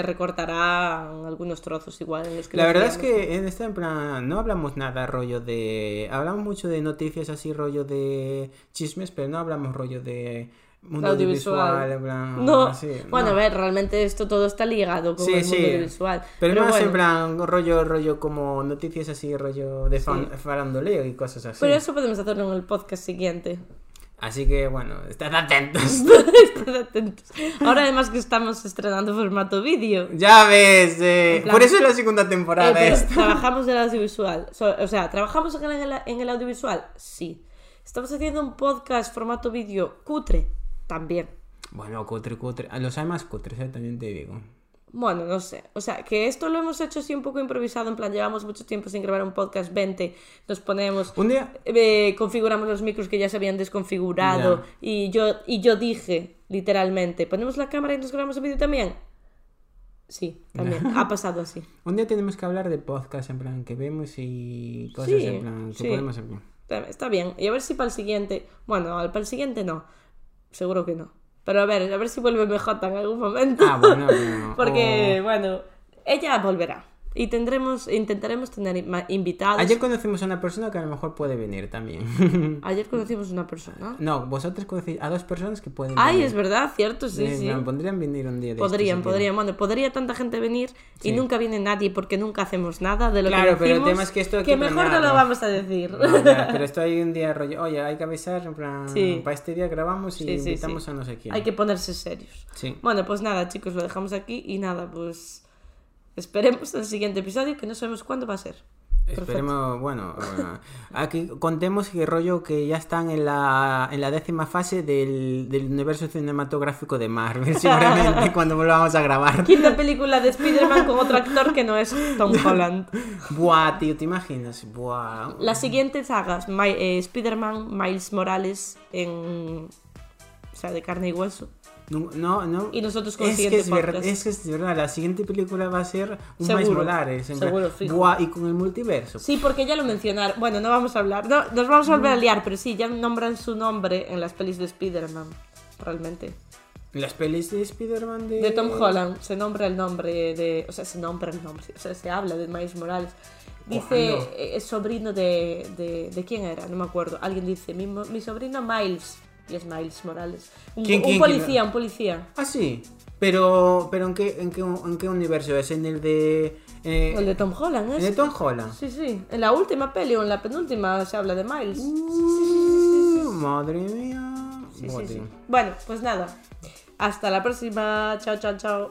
A: recortarán algunos trozos igual en los que
B: La
A: nos
B: verdad es
A: liamos.
B: que en esta en plan no hablamos nada rollo de hablamos mucho de noticias así rollo de chismes, pero no hablamos rollo de mundo
A: Audiovisual.
B: audiovisual, en plan
A: No,
B: así,
A: bueno,
B: no.
A: a ver, realmente esto todo está ligado con
B: Sí,
A: el
B: sí.
A: mundo audiovisual.
B: Pero, más
A: bueno.
B: en plan rollo rollo como noticias así rollo de fan- farandoleo y cosas así.
A: Pero eso podemos hacerlo en el podcast siguiente.
B: Así que bueno, estad atentos.
A: Estad atentos. Ahora además que estamos estrenando formato vídeo.
B: ya ves, eh,
A: En plan-
B: por eso es la segunda
A: Eh,
B: temporada
A: pero
B: esta.
A: trabajamos en el audiovisual. So- o sea, ¿trabajamos en el, en el audiovisual? Sí. ¿Estamos haciendo un podcast formato vídeo cutre? También.
B: Bueno, cutre cutre, a los hay más cutres, eh, también te digo.
A: Bueno, no sé. O sea, que esto lo hemos hecho así un poco improvisado. En plan, llevamos mucho tiempo sin grabar un podcast 20. Nos ponemos...
B: Un día
A: eh, configuramos los micros que ya se habían desconfigurado
B: Ya.
A: y yo y yo dije literalmente ponemos la cámara y nos grabamos el vídeo también sí también ha pasado así
B: Un día tenemos que hablar de podcast, en plan, que vemos y cosas
A: Sí,
B: en plan, que
A: sí.
B: podemos en plan.
A: Está bien. Y a ver si para el siguiente. Bueno, al- para el siguiente no. Seguro que no. Pero a ver, a ver si vuelve MJ en algún momento.
B: Ah, bueno, bueno. oh.
A: Porque,
B: O-
A: bueno, ella volverá. Y tendremos, intentaremos tener inma- invitados.
B: Ayer conocimos a una persona que a lo mejor puede venir también.
A: Ayer conocimos una persona.
B: no, vosotros conocéis a dos personas que pueden
A: Ay,
B: venir.
A: es verdad, cierto, sí,
B: Eh,
A: sí.
B: no, Podrían venir un día de estos,
A: Podrían,
B: si
A: podrían. Bueno, podría tanta gente venir y
B: Sí.
A: nunca viene nadie porque nunca hacemos nada de lo que
B: Claro, pero el
A: decimos,
B: tema es que esto hay que
A: mejor no lo
B: planearlo.
A: vamos a decir.
B: quieren. No, ya, pero estoy un día rollo. Oye, hay que avisar. En plan,
A: Sí.
B: para este día grabamos y
A: Sí, sí,
B: invitamos
A: sí.
B: a no sé quién.
A: Hay que ponerse serios.
B: Sí.
A: Bueno, pues nada, chicos, lo dejamos aquí y nada, pues esperemos el siguiente episodio que no sabemos cuándo va a ser.
B: Esperemos, bueno, eh, aquí contemos que rollo que ya están en la, en la décima fase del, del universo cinematográfico de Marvel, seguramente cuando volvamos a grabar.
A: Quinta película de Spider-Man con otro actor que no es Tom Holland.
B: Buah, tío, ¿te imaginas? Buah.
A: Las siguientes sagas, Mi- eh, Spider-Man, Miles Morales en... O sea, de carne y hueso.
B: No, no, no.
A: Y nosotros con el
B: es que
A: siguiente
B: es, ver-
A: podcast.
B: es que es verdad, la siguiente película va a ser un
A: Seguro,
B: Miles Morales. en plan,
A: seguro, fijo.
B: Buah, y con el multiverso.
A: Sí, porque ya lo mencionaron. Bueno, no vamos a hablar. No, nos vamos a volver a liar, pero sí, ya nombran su nombre en las pelis de Spider-Man. Realmente.
B: Las pelis de Spider-Man de...
A: De Tom Holland. Se nombra el nombre de. O sea, se nombra el nombre. O sea, se habla de Miles Morales. Dice.
B: Ojalá.
A: eh, Es sobrino de, de. ¿De quién era? No me acuerdo. Alguien dice. Mi, mo- mi sobrino Miles. Y es Miles Morales. Un,
B: ¿Quién,
A: un
B: quién,
A: policía,
B: quién?
A: un policía.
B: Ah, sí. Pero, pero ¿en, qué, en, qué, ¿en qué universo es? ¿En el de... eh,
A: El de Tom Holland,
B: ¿En el
A: ¿es?
B: de Tom Holland?
A: Sí, sí. En la última peli o en la penúltima se habla de Miles.
B: Uh, Madre mía.
A: Sí, sí,
B: Madre.
A: sí. Bueno, pues nada. Hasta la próxima. Chao, chao, chao.